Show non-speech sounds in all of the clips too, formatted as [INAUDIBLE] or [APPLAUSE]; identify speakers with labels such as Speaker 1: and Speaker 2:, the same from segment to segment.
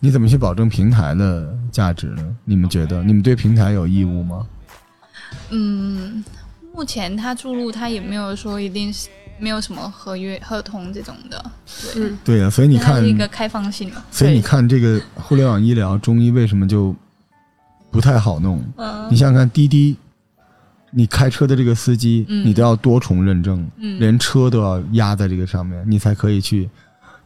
Speaker 1: 你怎么去保证平台的价值呢？你们觉得你们对平台有义务吗？
Speaker 2: 嗯，目前它注入它也没有说一定是没有什么合约、合同这种的，对，
Speaker 3: 嗯
Speaker 1: 对呀、所以你
Speaker 2: 它
Speaker 1: 看
Speaker 2: 是一，个开放性的，
Speaker 1: 所以你
Speaker 3: 对
Speaker 1: 看这个互联网医疗中医为什么就不太好弄？
Speaker 2: 嗯
Speaker 1: 你想想看，滴滴，你开车的这个司机，
Speaker 2: 嗯
Speaker 1: 你都要多重认证，
Speaker 2: 嗯
Speaker 1: 连车都要压在这个上面，你才可以去。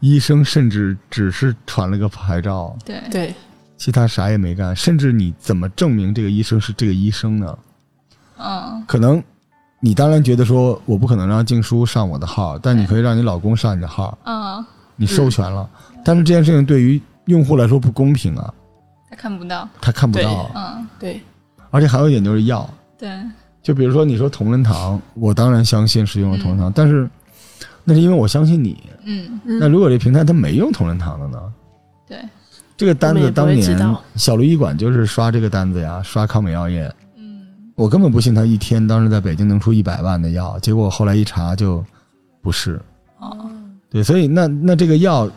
Speaker 1: 医生甚至只是传了个牌照，
Speaker 2: 对
Speaker 3: 对，
Speaker 1: 其他啥也没干。甚至你怎么证明这个医生是这个医生呢？
Speaker 2: 嗯
Speaker 1: 可能你当然觉得说我不可能让静姝上我的号，但你
Speaker 2: 对
Speaker 1: 可以让你老公上你的号，
Speaker 2: 嗯，
Speaker 1: 你授权了。
Speaker 3: 嗯
Speaker 1: 但是这件事情对于用户来说不公平啊，
Speaker 2: 他看不到，
Speaker 1: 他看不
Speaker 3: 对
Speaker 1: 到。
Speaker 2: 嗯
Speaker 3: 对，
Speaker 1: 而且还有一点就是药，
Speaker 2: 对，
Speaker 1: 就比如说你说同仁堂，我当然相信是用了同仁堂，但是那是因为我相信你。
Speaker 2: 嗯
Speaker 3: 嗯
Speaker 1: 那如果这平台它没用同仁堂的呢？
Speaker 2: 对，
Speaker 1: 这个单
Speaker 3: 我们
Speaker 1: 子
Speaker 3: 也不会
Speaker 1: 当
Speaker 3: 知
Speaker 1: 年
Speaker 3: 道
Speaker 1: 小卢医馆就是刷这个单子呀，刷抗美药液，
Speaker 2: 嗯
Speaker 1: 我根本不信他一天当时在北京能出一百万的药，结果后来一查就不是。
Speaker 2: 哦，
Speaker 1: 对，所以那那这个药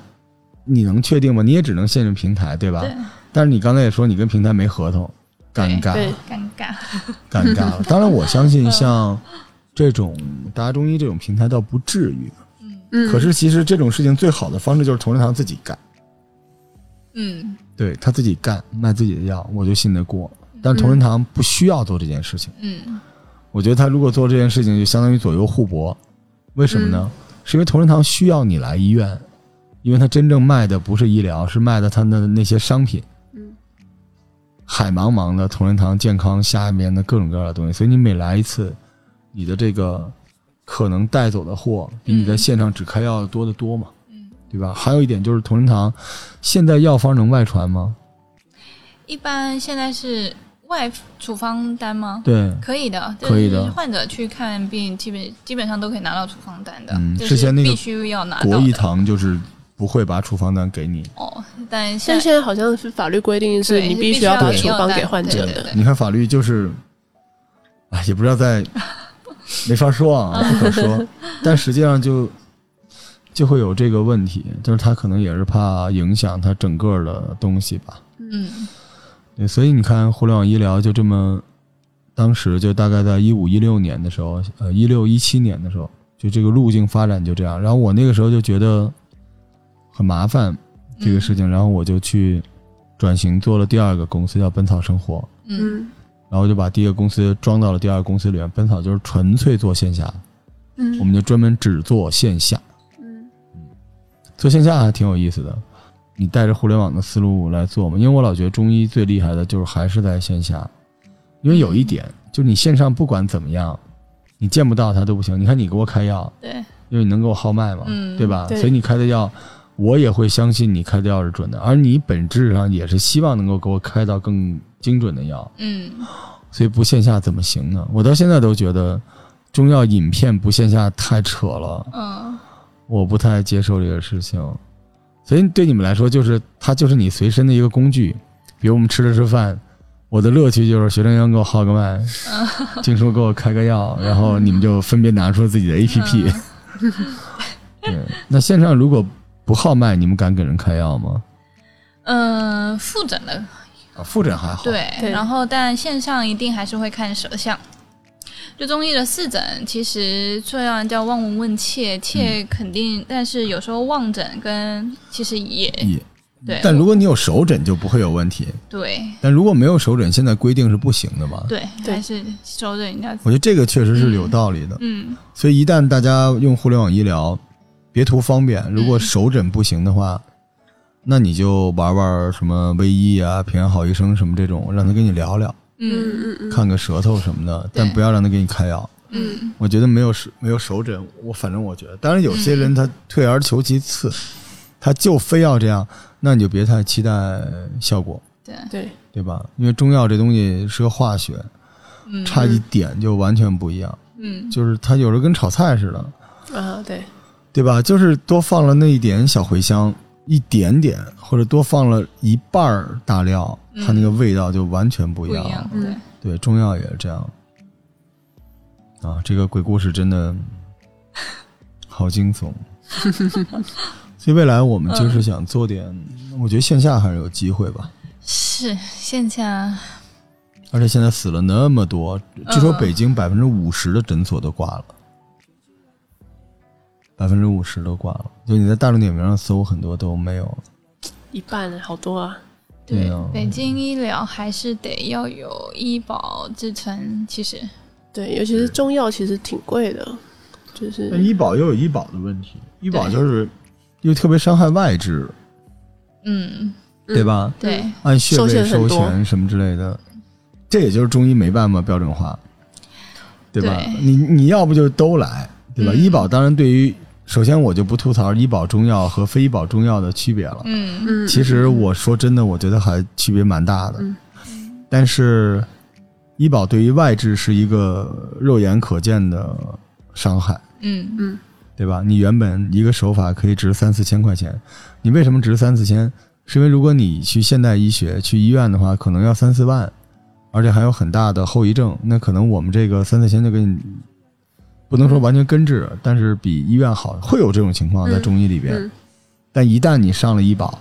Speaker 1: 你能确定吗？你也只能信任平台，对吧？
Speaker 2: 对，
Speaker 1: 但是你刚才也说你跟平台没合同，尴尬，
Speaker 3: 对嗯
Speaker 2: 尴尬，
Speaker 1: 尴尬了。当然，我相信像这种大家中医这种平台倒不至于。
Speaker 2: 嗯
Speaker 3: 嗯，
Speaker 1: 可是其实这种事情最好的方式就是同仁堂自己干，
Speaker 2: 嗯
Speaker 1: 对他自己干卖自己的药，我就信得过。但是同
Speaker 3: 嗯
Speaker 1: 仁堂不需要做这件事情。
Speaker 2: 嗯
Speaker 1: 我觉得他如果做这件事情，就相当于左右互搏。为什么呢？是因为同仁堂需要你来医院，因为他真正卖的不是医疗，是卖的他的那些商品。
Speaker 3: 嗯
Speaker 1: 海茫茫的同仁堂健康下面的各种各样的东西，所以你每来一次，你的这个可能带走的货比你在现场只开药多得多嘛，
Speaker 2: 嗯，
Speaker 1: 对吧？还有一点就是同仁堂现在药方能外传吗？
Speaker 2: 一般现在是外处方单吗？
Speaker 1: 对，
Speaker 2: 可以的，
Speaker 1: 可以的
Speaker 2: 就是患者去看病，基本基本上都可以拿到处方单的，
Speaker 1: 嗯
Speaker 2: 就
Speaker 1: 之
Speaker 2: 是
Speaker 1: 前那个
Speaker 2: 必须要拿
Speaker 1: 国
Speaker 2: 到
Speaker 1: 医
Speaker 2: 的。
Speaker 1: 堂就是不会把处方单给你。
Speaker 2: 哦，但现
Speaker 3: 但
Speaker 2: 在
Speaker 3: 现在好像是法律规定是
Speaker 2: 对
Speaker 3: 你
Speaker 2: 是
Speaker 3: 必
Speaker 2: 必
Speaker 3: 须
Speaker 2: 须
Speaker 3: 要
Speaker 2: 要
Speaker 3: 把
Speaker 2: 给
Speaker 3: 处
Speaker 2: 药
Speaker 3: 方
Speaker 2: 单
Speaker 3: 给患
Speaker 2: 对
Speaker 3: 者
Speaker 2: 对
Speaker 3: 的，
Speaker 2: 对
Speaker 1: 你看法律就是，哎，也不知道在，
Speaker 2: [LAUGHS]
Speaker 1: 没法说啊，不可说。但实际上就就会有这个问题，就是他可能也是怕影响他整个的东西吧。
Speaker 2: 嗯
Speaker 1: 对，所以你看互联网医疗就这么，当时就大概在一五一六年的时候，呃，一六一七年的时候，就这个路径发展就这样。然后我那个时候就觉得很麻烦这个事情，然后我就去转型做了第二个公司，叫本草生活。
Speaker 2: 嗯
Speaker 3: 嗯
Speaker 1: 然后就把第一个公司装到了第二个公司里面。本草就是纯粹做线下，我
Speaker 3: 嗯
Speaker 1: 们就专门只做线下，
Speaker 3: 嗯
Speaker 1: 做线下还挺有意思的。你带着互联网的思路来做嘛，因为我老觉得中医最厉害的就是还是在线下，因为有一点
Speaker 3: 嗯
Speaker 1: 就是你线上不管怎么样，你见不到他都不行。你看你给我开药，
Speaker 2: 对
Speaker 1: 因为你能给我号脉嘛，
Speaker 2: 嗯
Speaker 1: 对吧？
Speaker 3: 对
Speaker 1: 所以你开的药，我也会相信你开的药是准的，而你本质上也是希望能够给我开到更精准的药。
Speaker 2: 嗯
Speaker 1: 所以不线下怎么行呢？我到现在都觉得中药饮片不线下太扯了，
Speaker 2: 嗯
Speaker 1: 我不太接受这个事情。所以对你们来说，就是它就是你随身的一个工具。比如我们吃了吃饭，我的乐趣就是学生英给我号个
Speaker 2: [LAUGHS]
Speaker 1: 脉，静叔给我开个药，然后你们就分别拿出自己的 APP。对，那线上如果不号脉，你们敢给人开药吗？
Speaker 2: 嗯，复诊的
Speaker 1: 啊，复诊还好，，
Speaker 2: 对，
Speaker 3: 对
Speaker 2: 然后但线上一定还是会看舌象。就中医的四诊，其实虽然叫望闻问切，切肯定，但是有时候望诊跟其实也
Speaker 1: 也。
Speaker 2: 对，
Speaker 1: 但如果你有手诊，就不会有问题。
Speaker 2: 对
Speaker 1: 但如果没有手诊，现在规定是不行的嘛？
Speaker 2: 对，
Speaker 3: 对
Speaker 2: 还是收人家
Speaker 1: 我觉得这个确实是有道理的。
Speaker 2: 嗯
Speaker 1: 所以一旦大家用互联网医疗，别图方
Speaker 2: 嗯
Speaker 1: 便，如果手诊不行的话，那你就玩玩什么微医啊、平安好医生什么这种，让他跟你聊聊，
Speaker 2: 嗯
Speaker 3: 嗯嗯，
Speaker 1: 看个舌头什么的，
Speaker 2: 对
Speaker 1: 但不要让他给你开药。
Speaker 2: 嗯
Speaker 1: 我觉得没有手没有手诊，我反正我觉得，当然有些人
Speaker 2: 嗯
Speaker 1: 他退而求其次，他就非要这样，那你就别太期待效果，
Speaker 2: 对
Speaker 3: 对，
Speaker 1: 对吧？因为中药这东西是个化学，
Speaker 2: 嗯
Speaker 1: 差一点就完全不一样。
Speaker 2: 嗯
Speaker 1: 就是它有时候跟炒菜似的，
Speaker 3: 啊对，
Speaker 1: 对吧？就是多放了那一点小茴香，一点点，或者多放了一半儿大料，它那个味道就完全不一
Speaker 2: 嗯不一
Speaker 1: 样。
Speaker 2: 样，
Speaker 3: 嗯
Speaker 2: 对，
Speaker 1: 对，中药也是这样。
Speaker 2: [LAUGHS]
Speaker 1: 啊，这个鬼故事真的好惊悚。所以未来我们
Speaker 2: 嗯
Speaker 1: 就是想做点，我觉得线下还是有机会吧。
Speaker 2: 是线下
Speaker 1: 而且现在死了那么多，据说
Speaker 2: 嗯
Speaker 1: 北京百分之五十的诊所都挂了，百分之五十都挂了。就你在大众点评上搜，很多都没有了。
Speaker 3: 一半好多啊，
Speaker 1: 对
Speaker 2: 对
Speaker 1: 啊
Speaker 2: 北京医疗还是得要有医保支撑，其实
Speaker 3: 对，尤其是中药其实挺贵的，就是
Speaker 4: 那
Speaker 1: 哎
Speaker 4: 医保又有医保的问题，医保
Speaker 2: 对
Speaker 4: 就是
Speaker 1: 又特别伤害外治，
Speaker 2: 嗯
Speaker 1: 对吧？
Speaker 2: 对。
Speaker 3: 嗯
Speaker 1: 按穴
Speaker 3: 收
Speaker 1: 位
Speaker 3: 钱
Speaker 1: 收
Speaker 3: 很多
Speaker 1: 钱什么之类的，这也就是中医没办法标准化，对吧？
Speaker 2: 对
Speaker 1: 你你要不就都来，对吧？
Speaker 2: 嗯
Speaker 1: 医保当然对于，首先我就不吐槽医保中药和非医保中药的区别了。
Speaker 2: 嗯，
Speaker 3: 嗯，
Speaker 1: 其实我说真的，我觉得还区别蛮大的。
Speaker 3: 嗯
Speaker 1: 但是医保对于外治是一个肉眼可见的伤害，
Speaker 2: 嗯，
Speaker 3: 嗯
Speaker 1: 对吧？你原本一个手法可以值三四千块钱，你为什么值三四千？是因为如果你去现代医学去医院的话，可能要三四万，而且还有很大的后遗症。那可能我们这个三四千就给你，不能说完全根治，但是比医院好，会有这种情况在
Speaker 3: 嗯
Speaker 1: 中医里边。
Speaker 3: 嗯
Speaker 1: 但一旦你上了医保，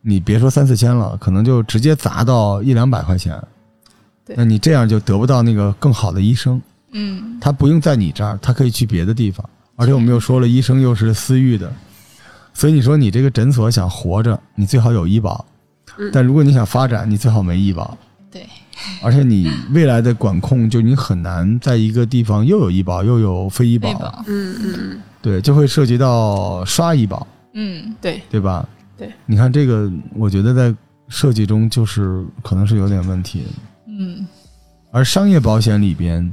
Speaker 1: 你别说三四千了，可能就直接砸到一两百块钱。
Speaker 3: 对
Speaker 1: 那你这样就得不到那个更好的医生，
Speaker 2: 嗯，
Speaker 1: 他不用在你这儿，他可以去别的地方。而且我们又说了，医生又是私域的，所以你说你这个诊所想活着，你最好有医保
Speaker 3: 嗯；
Speaker 1: 但如果你想发展，你最好没医保。
Speaker 2: 嗯对，
Speaker 1: 而且你未来的管控，就你很难在一个地方又有医保又有非医
Speaker 2: 对
Speaker 1: 保，
Speaker 2: 吧？
Speaker 3: 嗯嗯嗯，
Speaker 1: 对，就会涉及到刷医保。
Speaker 2: 嗯，
Speaker 3: 对，
Speaker 1: 对吧？
Speaker 3: 对，
Speaker 1: 你看这个，我觉得在设计中就是可能是有点问题的。
Speaker 2: 嗯，
Speaker 1: 而商业保险里边，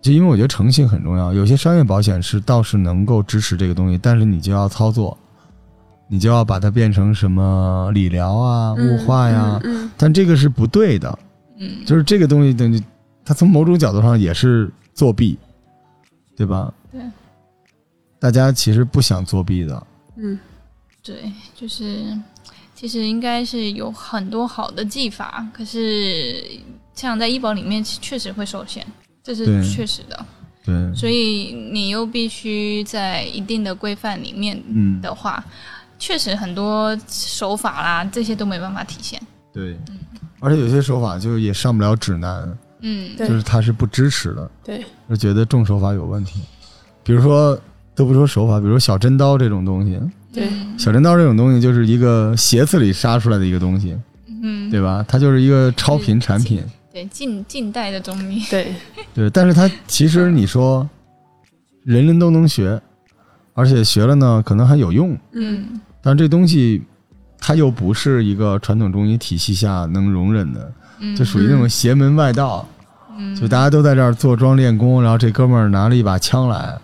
Speaker 1: 就因为我觉得诚信很重要，有些商业保险是倒是能够支持这个东西，但是你就要操作，你就要把它变成什么理疗啊、
Speaker 3: 嗯
Speaker 1: 物化呀、
Speaker 3: 嗯
Speaker 1: 但这个是不对的，
Speaker 2: 嗯，
Speaker 1: 就是这个东西等于它从某种角度上也是作弊，对吧？
Speaker 2: 对，
Speaker 1: 大家其实不想作弊的，
Speaker 3: 嗯
Speaker 2: 对，就是其实应该是有很多好的技法，可是像在医保里面其确实会受限，这
Speaker 1: 对
Speaker 2: 是确实的，
Speaker 1: 对，
Speaker 2: 所以你又必须在一定的规范里面
Speaker 1: 嗯，
Speaker 2: 的话，确实很多手法啦这些都没办法体现。
Speaker 1: 对，
Speaker 3: 嗯
Speaker 1: 而且有些手法就是也上不了指南，
Speaker 2: 嗯，
Speaker 3: 对
Speaker 1: 就是他是不支持的，
Speaker 3: 对，
Speaker 1: 就觉得重手法有问题。比如说，都不说手法，比如说小针刀这种东西，
Speaker 3: 对
Speaker 2: 嗯
Speaker 1: 小针刀这种东西就是一个鞋子里杀出来的一个东西，
Speaker 2: 嗯，
Speaker 1: 对吧？它就是一个超频产品，
Speaker 2: 对，近近代的中医，
Speaker 3: 对，
Speaker 1: 对。但是它其实你说，人人都能学，而且学了呢，可能还有用。
Speaker 3: 嗯
Speaker 2: 嗯
Speaker 1: 但这东西，它又不是一个传统中医体系下能容忍的，
Speaker 2: 嗯，
Speaker 1: 就属于那种邪门外道。
Speaker 2: 嗯
Speaker 1: 就大家都在这儿坐庄练功，然后这哥们儿拿了一把枪
Speaker 2: [LAUGHS]
Speaker 1: 来，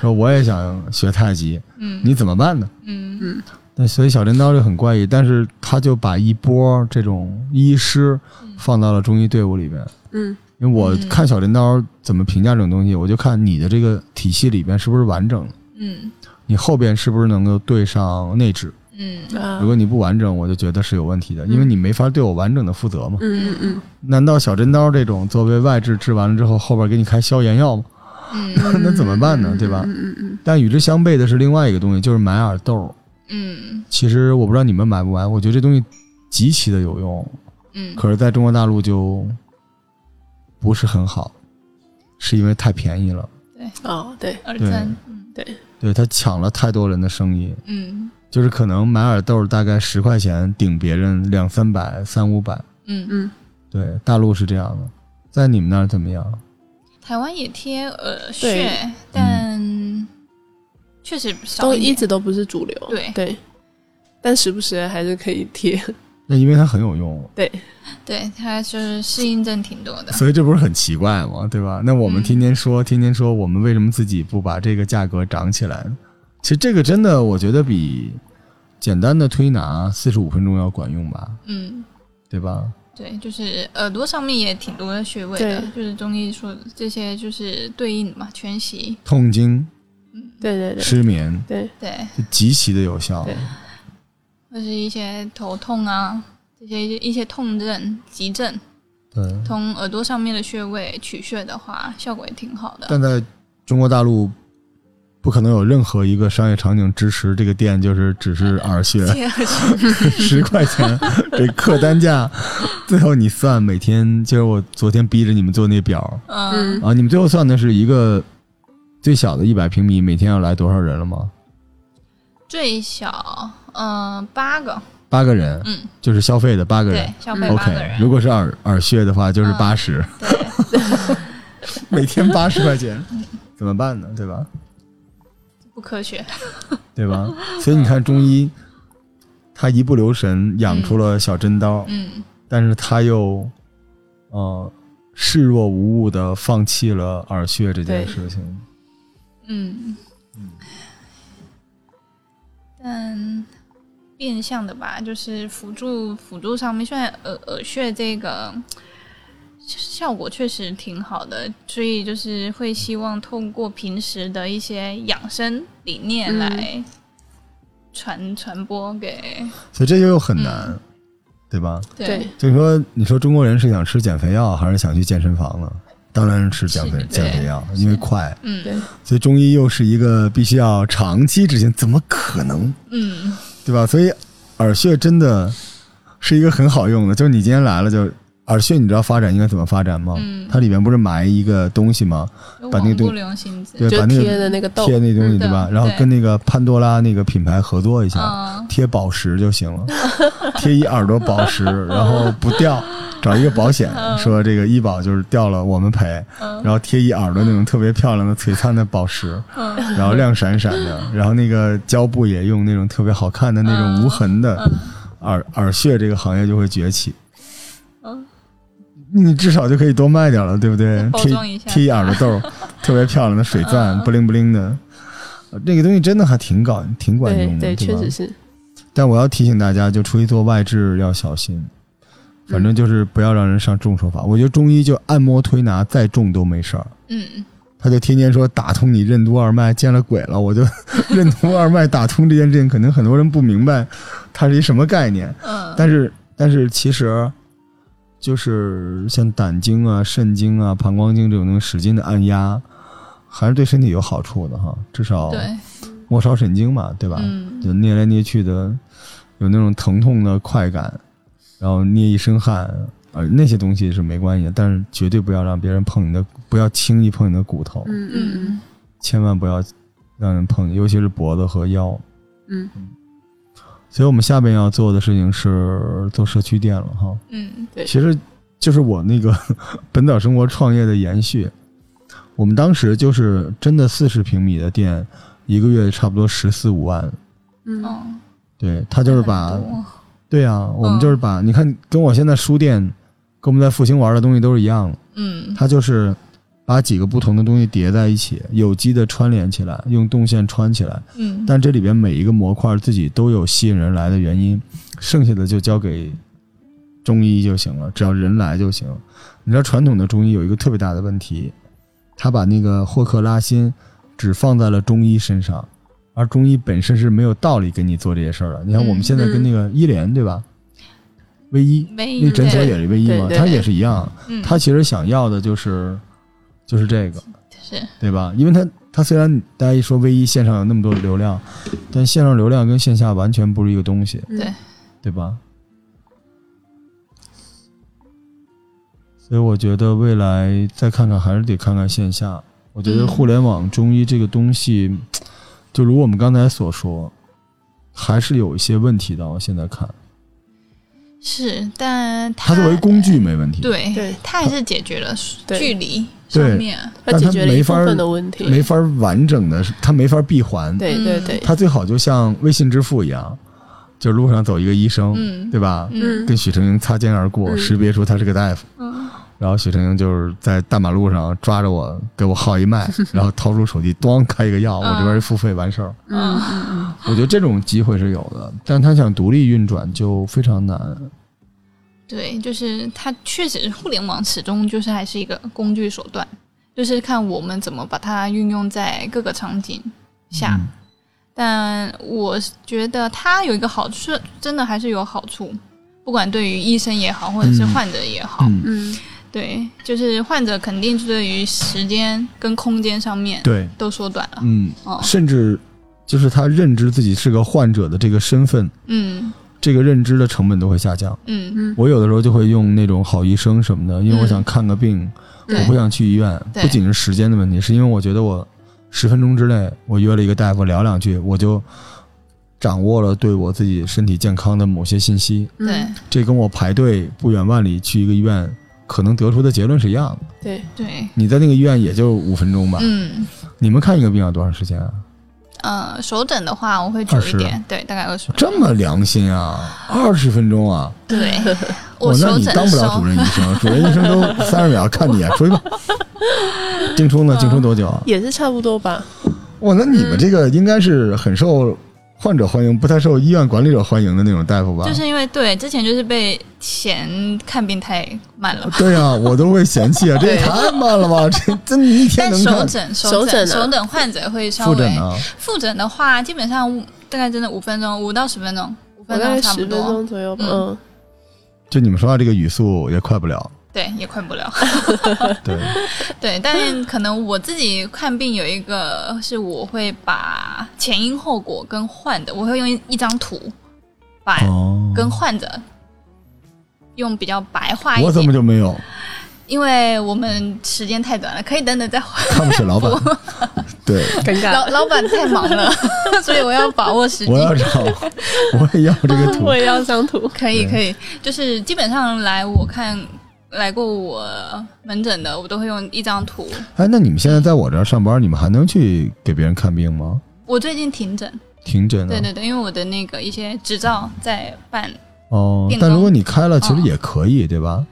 Speaker 1: 说我也想学太极，
Speaker 2: 嗯
Speaker 1: 你怎么办呢？
Speaker 2: 嗯
Speaker 3: 嗯
Speaker 1: 那所以小镰刀就很怪异，但是他就把一波这种医师放到了中医队伍里边。
Speaker 3: 嗯
Speaker 1: 因为我
Speaker 2: 嗯
Speaker 1: 看小镰刀怎么评价这种东西，我就看你的这个体系里边是不是完整，
Speaker 2: 嗯
Speaker 1: 你后边是不是能够对上内治。
Speaker 2: 嗯
Speaker 3: 啊
Speaker 1: 如果你不完整，我就觉得是有问题的，因为你没法对我完整的负责嘛。
Speaker 3: 嗯嗯嗯
Speaker 1: 难道小针刀这种作为外治治完了之后，后边给你开消炎药吗？
Speaker 2: 嗯
Speaker 1: 那怎么办呢？对吧？
Speaker 3: 嗯嗯
Speaker 1: 但与之相悖的是另外一个东西，就是买耳豆。
Speaker 2: 嗯
Speaker 1: 其实我不知道你们买不买，我觉得这东西极其的有用，
Speaker 2: 嗯，
Speaker 1: 可是在中国大陆就不是很好，是因为太便宜了，
Speaker 3: 嗯，哦对，
Speaker 2: 二
Speaker 1: 对
Speaker 2: 三，嗯
Speaker 1: 对它抢了太多人的生意。
Speaker 2: 嗯
Speaker 1: 就是可能买耳豆大概十块钱顶别人两三百、三五百，
Speaker 2: 嗯，
Speaker 3: 嗯
Speaker 1: 对，大陆是这样的，在你们那儿怎么样？
Speaker 2: 台湾也贴耳
Speaker 3: 对
Speaker 2: 穴，但确实少
Speaker 3: 都一
Speaker 2: 一点，
Speaker 3: 直都不是主流，
Speaker 2: 对
Speaker 3: 对，但时不时还是可以贴， [LAUGHS]
Speaker 1: 那因为它很有用，
Speaker 2: 对，它就是适应症挺多的，
Speaker 1: 所以这不是很奇怪吗？对吧？那我们
Speaker 2: 嗯
Speaker 1: 天天说，天天说，我们为什么自己不把这个价格涨起来呢？其实这个真的，我觉得比简单的推拿四十五分钟要管用吧，
Speaker 2: 嗯。
Speaker 1: 对吧？
Speaker 2: 对，就是耳朵上面也挺多的穴位的，
Speaker 3: 对
Speaker 2: 就是中医说的这些就是对应的嘛，全息，
Speaker 1: 痛经、
Speaker 2: 嗯，
Speaker 3: 对对对
Speaker 1: 失眠，
Speaker 3: 对，
Speaker 2: 对，
Speaker 1: 就极其的有效。
Speaker 3: 对
Speaker 2: 或是一些头痛啊，这些一些痛症、急症，
Speaker 1: 对，
Speaker 2: 从耳朵上面的穴位取穴的话，效果也挺好的。
Speaker 1: 但在中国大陆不可能有任何一个商业场景支持这个店就是只是耳
Speaker 2: [LAUGHS]
Speaker 1: 穴
Speaker 2: 这样去
Speaker 1: 十块钱这客单价，最后你算每天，就是我昨天逼着你们做那表
Speaker 2: 嗯
Speaker 3: 嗯
Speaker 1: 啊，你们最后算的是一个最小的一百平米每天要来多少人了吗？
Speaker 2: 最小嗯八个，
Speaker 1: 八个人，
Speaker 2: 嗯，
Speaker 1: 就是消费的八个人
Speaker 2: 对，。消费八个
Speaker 1: 嗯 OK，
Speaker 2: 人，
Speaker 1: 如果是耳耳穴的话，就是
Speaker 2: 嗯
Speaker 1: 八
Speaker 2: [LAUGHS]
Speaker 1: 十、
Speaker 2: 对，
Speaker 1: 每天八十块钱，怎么办呢？对吧？
Speaker 2: 不科学，
Speaker 1: 对
Speaker 2: [LAUGHS]
Speaker 1: 吧？所以你看中医，他一不留神养出了小针刀，
Speaker 2: 嗯
Speaker 1: 但是他又，呃，视若无物的放弃了耳穴这件事情。
Speaker 2: 嗯，但变相的吧，就是辅助辅助上面，虽然耳耳穴这个效果确实挺好的，所以就是会希望通过平时的一些养生理念
Speaker 3: 嗯
Speaker 2: 来传传播给
Speaker 1: 所以这就又很难，
Speaker 2: 嗯
Speaker 1: 对吧？
Speaker 3: 对，
Speaker 1: 就是说，你说中国人是想吃减肥药，还是想去健身房呢？当然是吃减肥
Speaker 2: 是
Speaker 1: 减肥药，因为快。
Speaker 2: 嗯
Speaker 3: 对
Speaker 1: 所以中医又是一个必须要长期执行，怎么可能？
Speaker 2: 嗯
Speaker 1: 对吧？所以耳穴真的是一个很好用的，就是你今天来了就耳穴，你知道发展应该怎么发展吗？
Speaker 2: 嗯
Speaker 1: 它里面不是埋一个东西吗？
Speaker 2: 有
Speaker 1: 把那个
Speaker 2: 网
Speaker 1: 东
Speaker 2: 不流行之
Speaker 1: 对，
Speaker 3: 就
Speaker 1: 把那
Speaker 3: 贴的
Speaker 1: 个
Speaker 3: 那个豆
Speaker 1: 贴，那东西
Speaker 2: 嗯
Speaker 1: 对吧？
Speaker 2: 对
Speaker 1: 然后跟那个潘多拉那个品牌合作一下，
Speaker 2: 嗯
Speaker 1: 贴宝石就行了， [LAUGHS] 贴一耳朵宝石，然后不
Speaker 2: [LAUGHS]
Speaker 1: 掉。找一个保险，
Speaker 2: 嗯
Speaker 1: 说这个医保就是掉了我们赔，然后贴一耳朵那种特别漂亮的璀璨的宝石，
Speaker 2: 嗯
Speaker 1: 然后亮闪闪
Speaker 2: [LAUGHS]
Speaker 1: 的，然后那个胶布也用那种特别好看的那种无痕的耳耳穴，这个行业就会崛起。
Speaker 2: 嗯，
Speaker 1: 你至少就可以多卖点了，对不对？
Speaker 2: 包
Speaker 1: 贴
Speaker 2: 装一下嗯
Speaker 1: 贴耳朵
Speaker 2: [LAUGHS]
Speaker 1: 豆，特别漂亮的水钻，不灵不灵的，呃那个东西真的还挺搞挺管
Speaker 3: 对
Speaker 1: 用的，
Speaker 3: 对，确
Speaker 1: 吧
Speaker 3: 实？是，
Speaker 1: 但我要提醒大家，就出去做外治要小心，反正就是不要让人上重手法。我觉得中医就按摩推拿再重都没事儿。
Speaker 2: 嗯
Speaker 1: 他就天天说打通你任督二脉，见了鬼了！我就 [LAUGHS] 任督二脉打通这件事情，可能很多人不明白它是一什么概念。
Speaker 2: 嗯
Speaker 1: 但是，但是其实就是像胆经啊、肾经啊、膀胱经这种东西，使劲的按压，还是对身体有好处的哈。至少
Speaker 2: 对
Speaker 1: 末梢神经嘛，对吧？
Speaker 2: 嗯
Speaker 1: 就捏来捏去的，有那种疼痛的快感，然后捏一身汗，呃，那些东西是没关系的，但是绝对不要让别人碰你的，不要轻易碰你的骨头，
Speaker 3: 嗯嗯
Speaker 2: 嗯
Speaker 1: 千万不要让人碰，尤其是脖子和腰。
Speaker 3: 嗯
Speaker 1: 所以我们下边要做的事情是做社区店了哈，
Speaker 2: 嗯
Speaker 3: 对
Speaker 1: 其实就是我那个 [LAUGHS] 本岛生活创业的延续。我们当时就是真的四十平米的店，一个月差不多十四五万，
Speaker 3: 嗯
Speaker 2: 嗯，
Speaker 3: 嗯，
Speaker 2: 哦
Speaker 1: 对他就是把
Speaker 2: 很多啊
Speaker 1: 对呀、我们就是把、你看，跟我现在书店，跟我们在复兴玩的东西都是一样的，
Speaker 2: 嗯
Speaker 1: 它就是把几个不同的东西叠在一起，有机的串联起来，用动线穿起来。
Speaker 2: 嗯
Speaker 1: 但这里边每一个模块自己都有吸引人来的原因，剩下的就交给中医就行了，只要人来就行。你知道传统的中医有一个特别大的问题，他把那个霍克拉辛只放在了中医身上，而中医本身是没有道理给你做这些事儿的。你看
Speaker 3: 嗯
Speaker 1: 我们现在跟那个医联对吧，卫医
Speaker 2: 没
Speaker 1: 那诊所也是卫医嘛，
Speaker 3: 嗯对对
Speaker 1: 他也是一样，
Speaker 2: 嗯
Speaker 1: 他其实想要的就是就是这个。
Speaker 2: 是
Speaker 1: 对吧？因为它它虽然大家一说唯一线上有那么多流量，但线上流量跟线下完全不是一个东西，
Speaker 3: 嗯
Speaker 2: 对
Speaker 1: 对吧？所以我觉得未来再看看，还是得看看线下。我觉得
Speaker 2: 嗯
Speaker 1: 互联网中医这个东西，就如我们刚才所说，还是有一些问题的。我现在看，
Speaker 2: 是，但
Speaker 1: 它
Speaker 2: 他
Speaker 1: 作为工具没问题，，
Speaker 2: 对
Speaker 3: 对
Speaker 2: 他也是解决了
Speaker 3: 对
Speaker 2: 距离
Speaker 1: 对
Speaker 2: 上面，
Speaker 3: 它
Speaker 1: 但
Speaker 3: 解
Speaker 1: 它
Speaker 3: 决了
Speaker 1: 没
Speaker 3: 一部
Speaker 1: 法儿
Speaker 3: 分的问题，
Speaker 1: 没法完整的，它没法闭环，
Speaker 3: 对对对，
Speaker 1: 它最好就像微信支付一样，就路上走一个医生，
Speaker 2: 嗯
Speaker 1: 对吧？
Speaker 2: 嗯
Speaker 1: 跟许成英擦肩而过，
Speaker 3: 嗯
Speaker 1: 识别出他是个大夫。
Speaker 2: 嗯
Speaker 1: 然后许成英就是在大马路上抓着我，给我号一
Speaker 2: [LAUGHS]
Speaker 1: 脉，然后掏出手机，咣开一个药，
Speaker 2: 嗯
Speaker 1: 我这边一付费完事儿。
Speaker 3: 嗯嗯嗯，
Speaker 1: 我觉得这种机会是有的，但他想独立运转就非常难。
Speaker 2: 对，就是它确实互联网始终就是还是一个工具手段，就是看我们怎么把它运用在各个场景下。
Speaker 1: 嗯
Speaker 2: 但我觉得它有一个好处，真的还是有好处，不管对于医生也好，或者是
Speaker 1: 嗯
Speaker 2: 患者也好，
Speaker 1: 嗯，
Speaker 3: 嗯
Speaker 2: 对，就是患者肯定对于时间跟空间上面
Speaker 1: 对，
Speaker 2: 都缩短了。
Speaker 1: 嗯，
Speaker 2: 哦，
Speaker 1: 甚至就是他认知自己是个患者的这个身份，
Speaker 2: 嗯
Speaker 1: 这个认知的成本都会下降。
Speaker 2: 嗯，
Speaker 3: 嗯，
Speaker 1: 我有的时候就会用那种好医生什么的，因为我想看个病，我
Speaker 2: 对
Speaker 1: 不，想去医院。
Speaker 2: 对
Speaker 1: 不仅是时间的问题，是因为我觉得我十分钟之内，我约了一个大夫聊两句，我就掌握了对我自己身体健康的某些信息。
Speaker 3: 嗯
Speaker 2: 对
Speaker 1: 这跟我排队不远万里去一个医院，可能得出的结论是一样的。
Speaker 3: 对，
Speaker 2: 对，
Speaker 1: 你在那个医院也就五分钟吧。
Speaker 2: 嗯
Speaker 1: 你们看一个病要多长时间啊？
Speaker 2: 呃，手诊的话我会久一
Speaker 1: 20
Speaker 2: 点，对，大概二十。
Speaker 1: 这么良心啊，二十分钟啊！
Speaker 2: 对，
Speaker 1: [LAUGHS] 哦，那
Speaker 2: 手
Speaker 1: 你
Speaker 2: 诊
Speaker 1: 当
Speaker 2: 的
Speaker 1: 不
Speaker 2: 时
Speaker 1: 了
Speaker 2: 候
Speaker 1: 主任医生，主任医生都三十秒看你啊，出去
Speaker 2: [LAUGHS]
Speaker 1: 吧。静冲呢？静冲多久啊？
Speaker 3: 也是差不多吧。
Speaker 1: 哇，那
Speaker 2: 嗯
Speaker 1: 你们这个应该是很受患者欢迎，不太受医院管理者欢迎的那种大夫吧？
Speaker 2: 就是因为对之前就是被嫌看病太慢了嘛，
Speaker 1: 对呀、我都会嫌
Speaker 2: [LAUGHS]
Speaker 1: 弃啊，这也
Speaker 3: 对
Speaker 1: 太慢了吧？这这你一天
Speaker 2: 但
Speaker 1: 能
Speaker 2: 手哎
Speaker 1: 看
Speaker 2: 诊
Speaker 3: 手
Speaker 2: 诊
Speaker 3: 诊啊
Speaker 2: 手诊患者会稍
Speaker 1: 复诊
Speaker 2: 微
Speaker 1: 啊？
Speaker 2: 复诊的话，基本上大概真的五分钟，五到十分钟，五
Speaker 3: 我
Speaker 2: 分
Speaker 3: 大概
Speaker 2: 钟差
Speaker 3: 十
Speaker 2: 不
Speaker 3: 分
Speaker 2: 多，
Speaker 3: 钟左右吧。
Speaker 2: 嗯
Speaker 3: 嗯，
Speaker 1: 就你们说话这个语速也快不了，
Speaker 2: 对，也快不了。 [LAUGHS]
Speaker 1: 对，
Speaker 2: 对，但是可能我自己看病有一个是我会把前因后果跟患者，我会用一一张图把
Speaker 1: 哦，
Speaker 2: 跟患者用比较白话
Speaker 1: 我
Speaker 2: 一
Speaker 1: 怎么
Speaker 2: 点，
Speaker 1: 就没有？
Speaker 2: 因为我们时间太短了，可以等等再回。
Speaker 1: 看不起老
Speaker 2: [LAUGHS]
Speaker 1: 板，对，
Speaker 3: 尴
Speaker 2: 老。老板太忙了，所以我要把握时机
Speaker 1: 我。要找，我也要这
Speaker 2: [LAUGHS]
Speaker 1: 个图
Speaker 3: 我。也要张图，
Speaker 2: 可以
Speaker 1: 对
Speaker 2: 可以，就是基本上来我看来过我门诊的，我都会用一张图。
Speaker 1: 哎，那你们现在在我这儿上班，你们还能去给别人看病吗？
Speaker 2: 我最近停诊，
Speaker 1: 停诊啊呢？
Speaker 2: 对对对，因为我的那个一些执照在办，
Speaker 1: 哦，
Speaker 2: 变
Speaker 1: 但
Speaker 2: 更
Speaker 1: 如果你开了，
Speaker 2: 哦
Speaker 1: 其实也可以，对吧？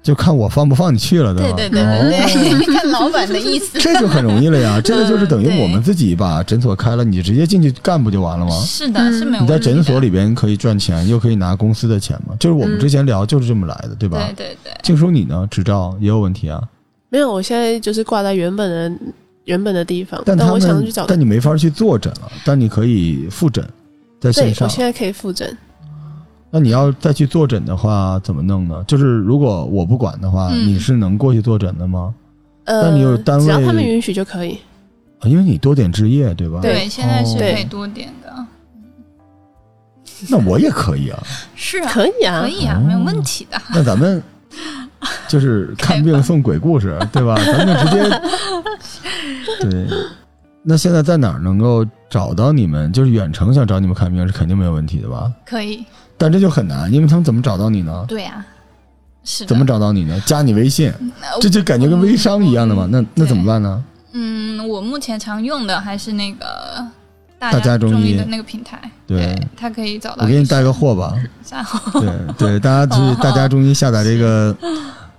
Speaker 1: 就看我放不放你去了，
Speaker 2: 对
Speaker 1: 吧？
Speaker 2: 对对对
Speaker 1: 哦
Speaker 2: 对， [LAUGHS] 看老板的
Speaker 1: [LAUGHS]
Speaker 2: 意思。
Speaker 1: 这就很容易了
Speaker 2: [LAUGHS]
Speaker 1: 呀，这个就是等于
Speaker 2: 嗯对
Speaker 1: 我们自己把诊所开了，你直接进去干不就完了吗？
Speaker 2: 是的，
Speaker 3: 嗯
Speaker 2: 是没有
Speaker 1: 你在
Speaker 2: 问题的
Speaker 1: 诊所，里边可以赚钱，又可以拿公司的钱嘛，就是我们
Speaker 3: 嗯
Speaker 1: 之前聊就是这么来的，对吧？
Speaker 2: 对对对，
Speaker 1: 静叔你呢？执照也有问题啊，
Speaker 3: 没有，我现在就是挂在原本的原本的地方，但
Speaker 1: 但他
Speaker 3: 我想去
Speaker 1: 们
Speaker 3: 找个
Speaker 1: 但你没法去坐诊了，但你可以复诊，在
Speaker 3: 对
Speaker 1: 线，
Speaker 3: 我
Speaker 1: 上。
Speaker 3: 现在可以复诊，
Speaker 1: 那你要再去坐诊的话，怎么弄呢？就是如果我不管的话，
Speaker 2: 嗯
Speaker 1: 你是能过去坐诊的吗？
Speaker 3: 呃，
Speaker 1: 那你有单位
Speaker 3: 只要他们允许就可以。
Speaker 1: 啊因为你多点置业，对吧？哦
Speaker 3: 对
Speaker 2: 对，现在是
Speaker 1: 对
Speaker 2: 可以多点的，
Speaker 1: 那我也可 [LAUGHS] 以啊。
Speaker 2: 是啊，
Speaker 3: 可以啊，
Speaker 2: 可以啊，
Speaker 1: 哦
Speaker 2: 没有问题的。
Speaker 1: 那咱们就是看病送鬼故事，对 [LAUGHS] 吧？咱们就直接 [LAUGHS] 对。那现在在哪儿能够找到你们？就是远程想找你们看病是肯定没有问题的吧？
Speaker 2: 可以，
Speaker 1: 但这就很难，因为他们怎么找到你呢？
Speaker 2: 对啊，是的。
Speaker 1: 怎么找到你呢？加你微信，
Speaker 2: 呃我
Speaker 1: 这就感觉跟微商一样的嘛。那那怎么办呢？
Speaker 2: 嗯，我目前常用的还是那个大
Speaker 1: 大家中
Speaker 2: 中
Speaker 1: 医
Speaker 2: 的那个平台，
Speaker 1: 对
Speaker 2: 它可以找到。
Speaker 1: 我给你带个货吧。
Speaker 2: 下，
Speaker 1: 对对，大家去大家中医下载这个，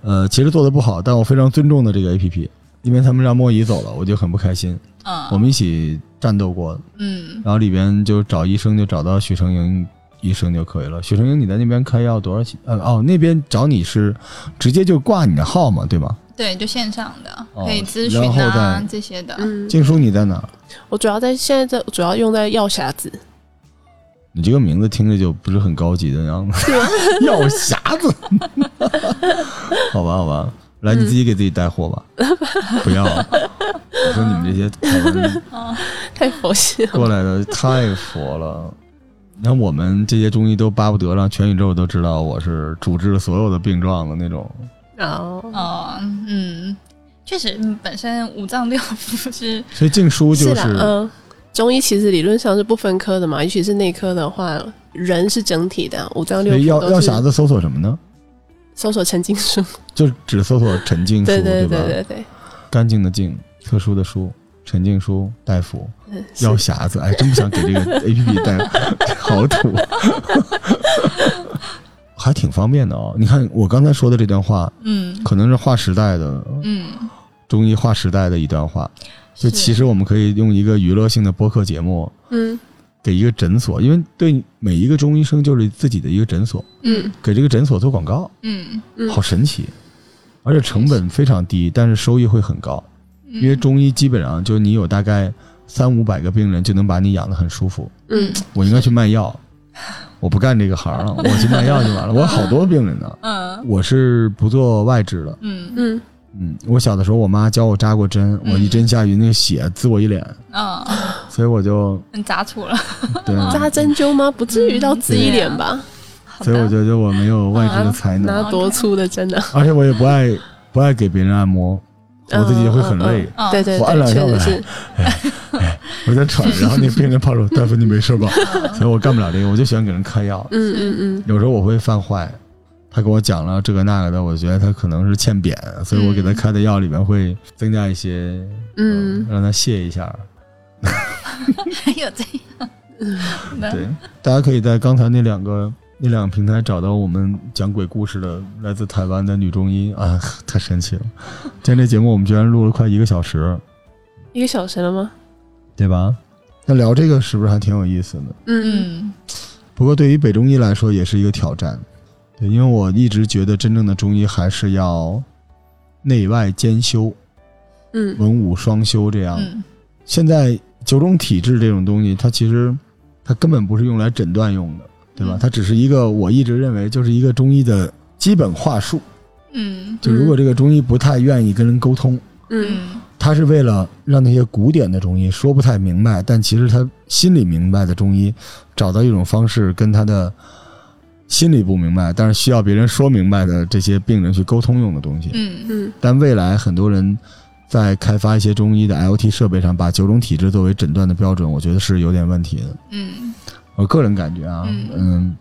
Speaker 1: 呃，其实做的不好，但我非常尊重的这个 A P P，因为他们让莫姨走了，我就很不开心。
Speaker 2: 嗯，
Speaker 1: 我们一起战斗过，
Speaker 2: 嗯，
Speaker 1: 然后里边就找医生，就找到许成英医生就可以了。许成英，你在那边开药多少钱？呃，哦，那边找你是直接就挂你的号嘛，对吧？
Speaker 2: 对，就线上的
Speaker 1: 哦
Speaker 2: 可以咨
Speaker 1: 然
Speaker 2: 询
Speaker 1: 后
Speaker 2: 啊
Speaker 1: 再
Speaker 2: 这些的，
Speaker 3: 嗯，
Speaker 1: 静书你在哪儿？
Speaker 3: 我主要在现在在主要用在药匣子，
Speaker 1: 你这个名字听着就不是很高级的样子， [LAUGHS] 药匣子。好吧，好吧，来你自己给自己带货吧，
Speaker 3: 嗯
Speaker 1: [LAUGHS] 不要。啊我说你们这些台湾
Speaker 3: 太佛系了。
Speaker 1: 过来的太佛了。你看我们这些中医都巴不得让全宇宙都知道我是主治所有的病状的那种。
Speaker 3: [LAUGHS] 哦，
Speaker 2: 哦，嗯，确实，嗯本身五脏六腑是，
Speaker 1: 所以静书就是
Speaker 3: 啦，嗯，中医其实理论上是不分科的嘛，尤其是内科的话，人是整体的，五脏六
Speaker 1: 所以
Speaker 3: 腑
Speaker 1: 要
Speaker 3: 都
Speaker 1: 要匣
Speaker 3: 是
Speaker 1: 子搜索什么呢？
Speaker 3: 搜索陈经
Speaker 1: [LAUGHS]
Speaker 3: 书，
Speaker 1: 就是只搜索陈静书，
Speaker 3: 对对
Speaker 1: 吧？
Speaker 3: 对对对，
Speaker 1: 干净的净，特殊的书，陈静书大夫，
Speaker 3: 嗯是
Speaker 1: 药匣子，哎，真不想给
Speaker 2: [LAUGHS]
Speaker 1: 这个 A P P 带，好土， [LAUGHS] 还挺方便的哦。你看我刚才说的这段话，
Speaker 2: 嗯
Speaker 1: 可能是划时代的
Speaker 2: 嗯，
Speaker 1: 中医划时代的一段话，就是其实我们可以用一个娱乐性的播客节目。
Speaker 3: 嗯
Speaker 1: 给一个诊所，因为对每一个中医生就是自己的一个诊所，
Speaker 2: 嗯
Speaker 1: 给这个诊所做广告，
Speaker 2: 嗯
Speaker 3: 嗯
Speaker 1: 好神奇，而且成本非常低，但是收益会很高，
Speaker 2: 嗯，
Speaker 1: 因为中医基本上就你有大概三五百个病人就能把你养得很舒服。
Speaker 3: 嗯， [LAUGHS]
Speaker 1: 我应该去卖药，我不干这个行了，我去卖药去完了。我有好多病人呢，
Speaker 2: 嗯
Speaker 1: 我是不做外治的。
Speaker 2: 嗯
Speaker 3: 嗯，
Speaker 1: 嗯，我小的时候我妈教我扎过针，我一针下去那个血滋我一脸，
Speaker 2: 嗯，
Speaker 1: 所以我
Speaker 3: [LAUGHS]
Speaker 1: 就
Speaker 2: 很杂处了。
Speaker 1: 对，
Speaker 3: 扎针灸吗？不至于到紫一脸吧？
Speaker 2: 好
Speaker 1: 所以我
Speaker 2: 的，
Speaker 1: 觉得我没有外治的才能，
Speaker 3: 拿多粗的针啊？
Speaker 1: 而且我也不爱不爱给别人按摩，我自己会很累。
Speaker 3: 嗯。
Speaker 2: 嗯
Speaker 3: 嗯对对
Speaker 1: 我按
Speaker 3: 对，
Speaker 1: 两下
Speaker 3: 确
Speaker 1: 我
Speaker 3: 实
Speaker 1: 来
Speaker 3: 是，
Speaker 1: 我在喘，然后那病人跑说：“大夫，你没事吧？” [LAUGHS] 所以我干不了这个，我就喜欢给人开药。
Speaker 3: 嗯嗯嗯，
Speaker 1: 有时候我会犯坏，他给我讲了这个那个的，我觉得他可能是欠扁，所以我给他开的药里面会增加一些，呃
Speaker 3: 嗯
Speaker 1: 让他泻一下。
Speaker 2: 还有这样的，
Speaker 1: 对，大家可以在刚才那两个那两个平台找到我们讲鬼故事的来自台湾的女中医啊， [LAUGHS] 太神奇了！今天这节目我们居然录了快一个小时，
Speaker 3: 一个小时了吗？
Speaker 1: 对吧？那聊这个是不是还挺有意思的？
Speaker 3: 嗯嗯
Speaker 2: 嗯
Speaker 1: 不过对于北中医来说也是一个挑战，对，因为我一直觉得真正的中医还是要内外兼修，
Speaker 3: 嗯
Speaker 1: 文武双修这样。
Speaker 2: 嗯
Speaker 1: 现在九种体质这种东西，它其实它根本不是用来诊断用的，对吧？
Speaker 2: 嗯
Speaker 1: 它只是一个我一直认为就是一个中医的基本话术。
Speaker 2: 嗯
Speaker 1: 就如果这个中医不太愿意跟人沟通，
Speaker 3: 嗯
Speaker 2: 嗯
Speaker 1: 他是为了让那些古典的中医说不太明白，但其实他心里明白的中医，找到一种方式跟他的心里不明白，但是需要别人说明白的这些病人去沟通用的东西。
Speaker 2: 嗯
Speaker 3: 嗯
Speaker 1: 但未来很多人在开发一些中医的 IOT 设备上，把九种体质作为诊断的标准，我觉得是有点问题的。
Speaker 2: 嗯
Speaker 1: 我个人感觉啊，
Speaker 2: 嗯
Speaker 1: 嗯，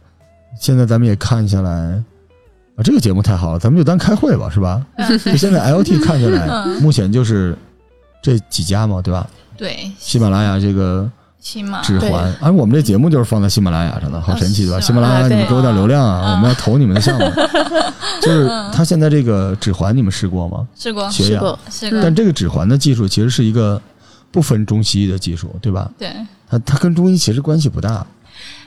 Speaker 1: 现在咱们也看下来，啊，这个节目太好了，咱们就当开会吧，是吧？就现在
Speaker 2: [LAUGHS]
Speaker 1: IOT 看下来，
Speaker 2: 嗯
Speaker 1: 目前就是这几家嘛，对吧？
Speaker 2: 对，
Speaker 1: 喜马拉雅这个
Speaker 2: 起码
Speaker 1: 指
Speaker 3: 对
Speaker 1: 环，哎，我们这节目就是放在喜马拉雅上的，好神奇，对吧？
Speaker 2: 啊
Speaker 1: 喜马拉雅，
Speaker 3: 啊
Speaker 1: 你
Speaker 3: 对
Speaker 1: 们给我点流量啊，
Speaker 2: 啊
Speaker 1: 我们要投你们的项
Speaker 2: [LAUGHS]
Speaker 1: 目。就是
Speaker 2: 嗯
Speaker 1: 它现在这个指环，你们试过吗？
Speaker 2: 试过
Speaker 1: 血
Speaker 3: 是
Speaker 1: 氧。
Speaker 3: 过，
Speaker 2: 试
Speaker 1: 但
Speaker 2: 过，
Speaker 1: 这个指环的技术其实是一个不分中西医的技术，对吧？
Speaker 2: 对，
Speaker 1: 它它跟中医其实关系不大，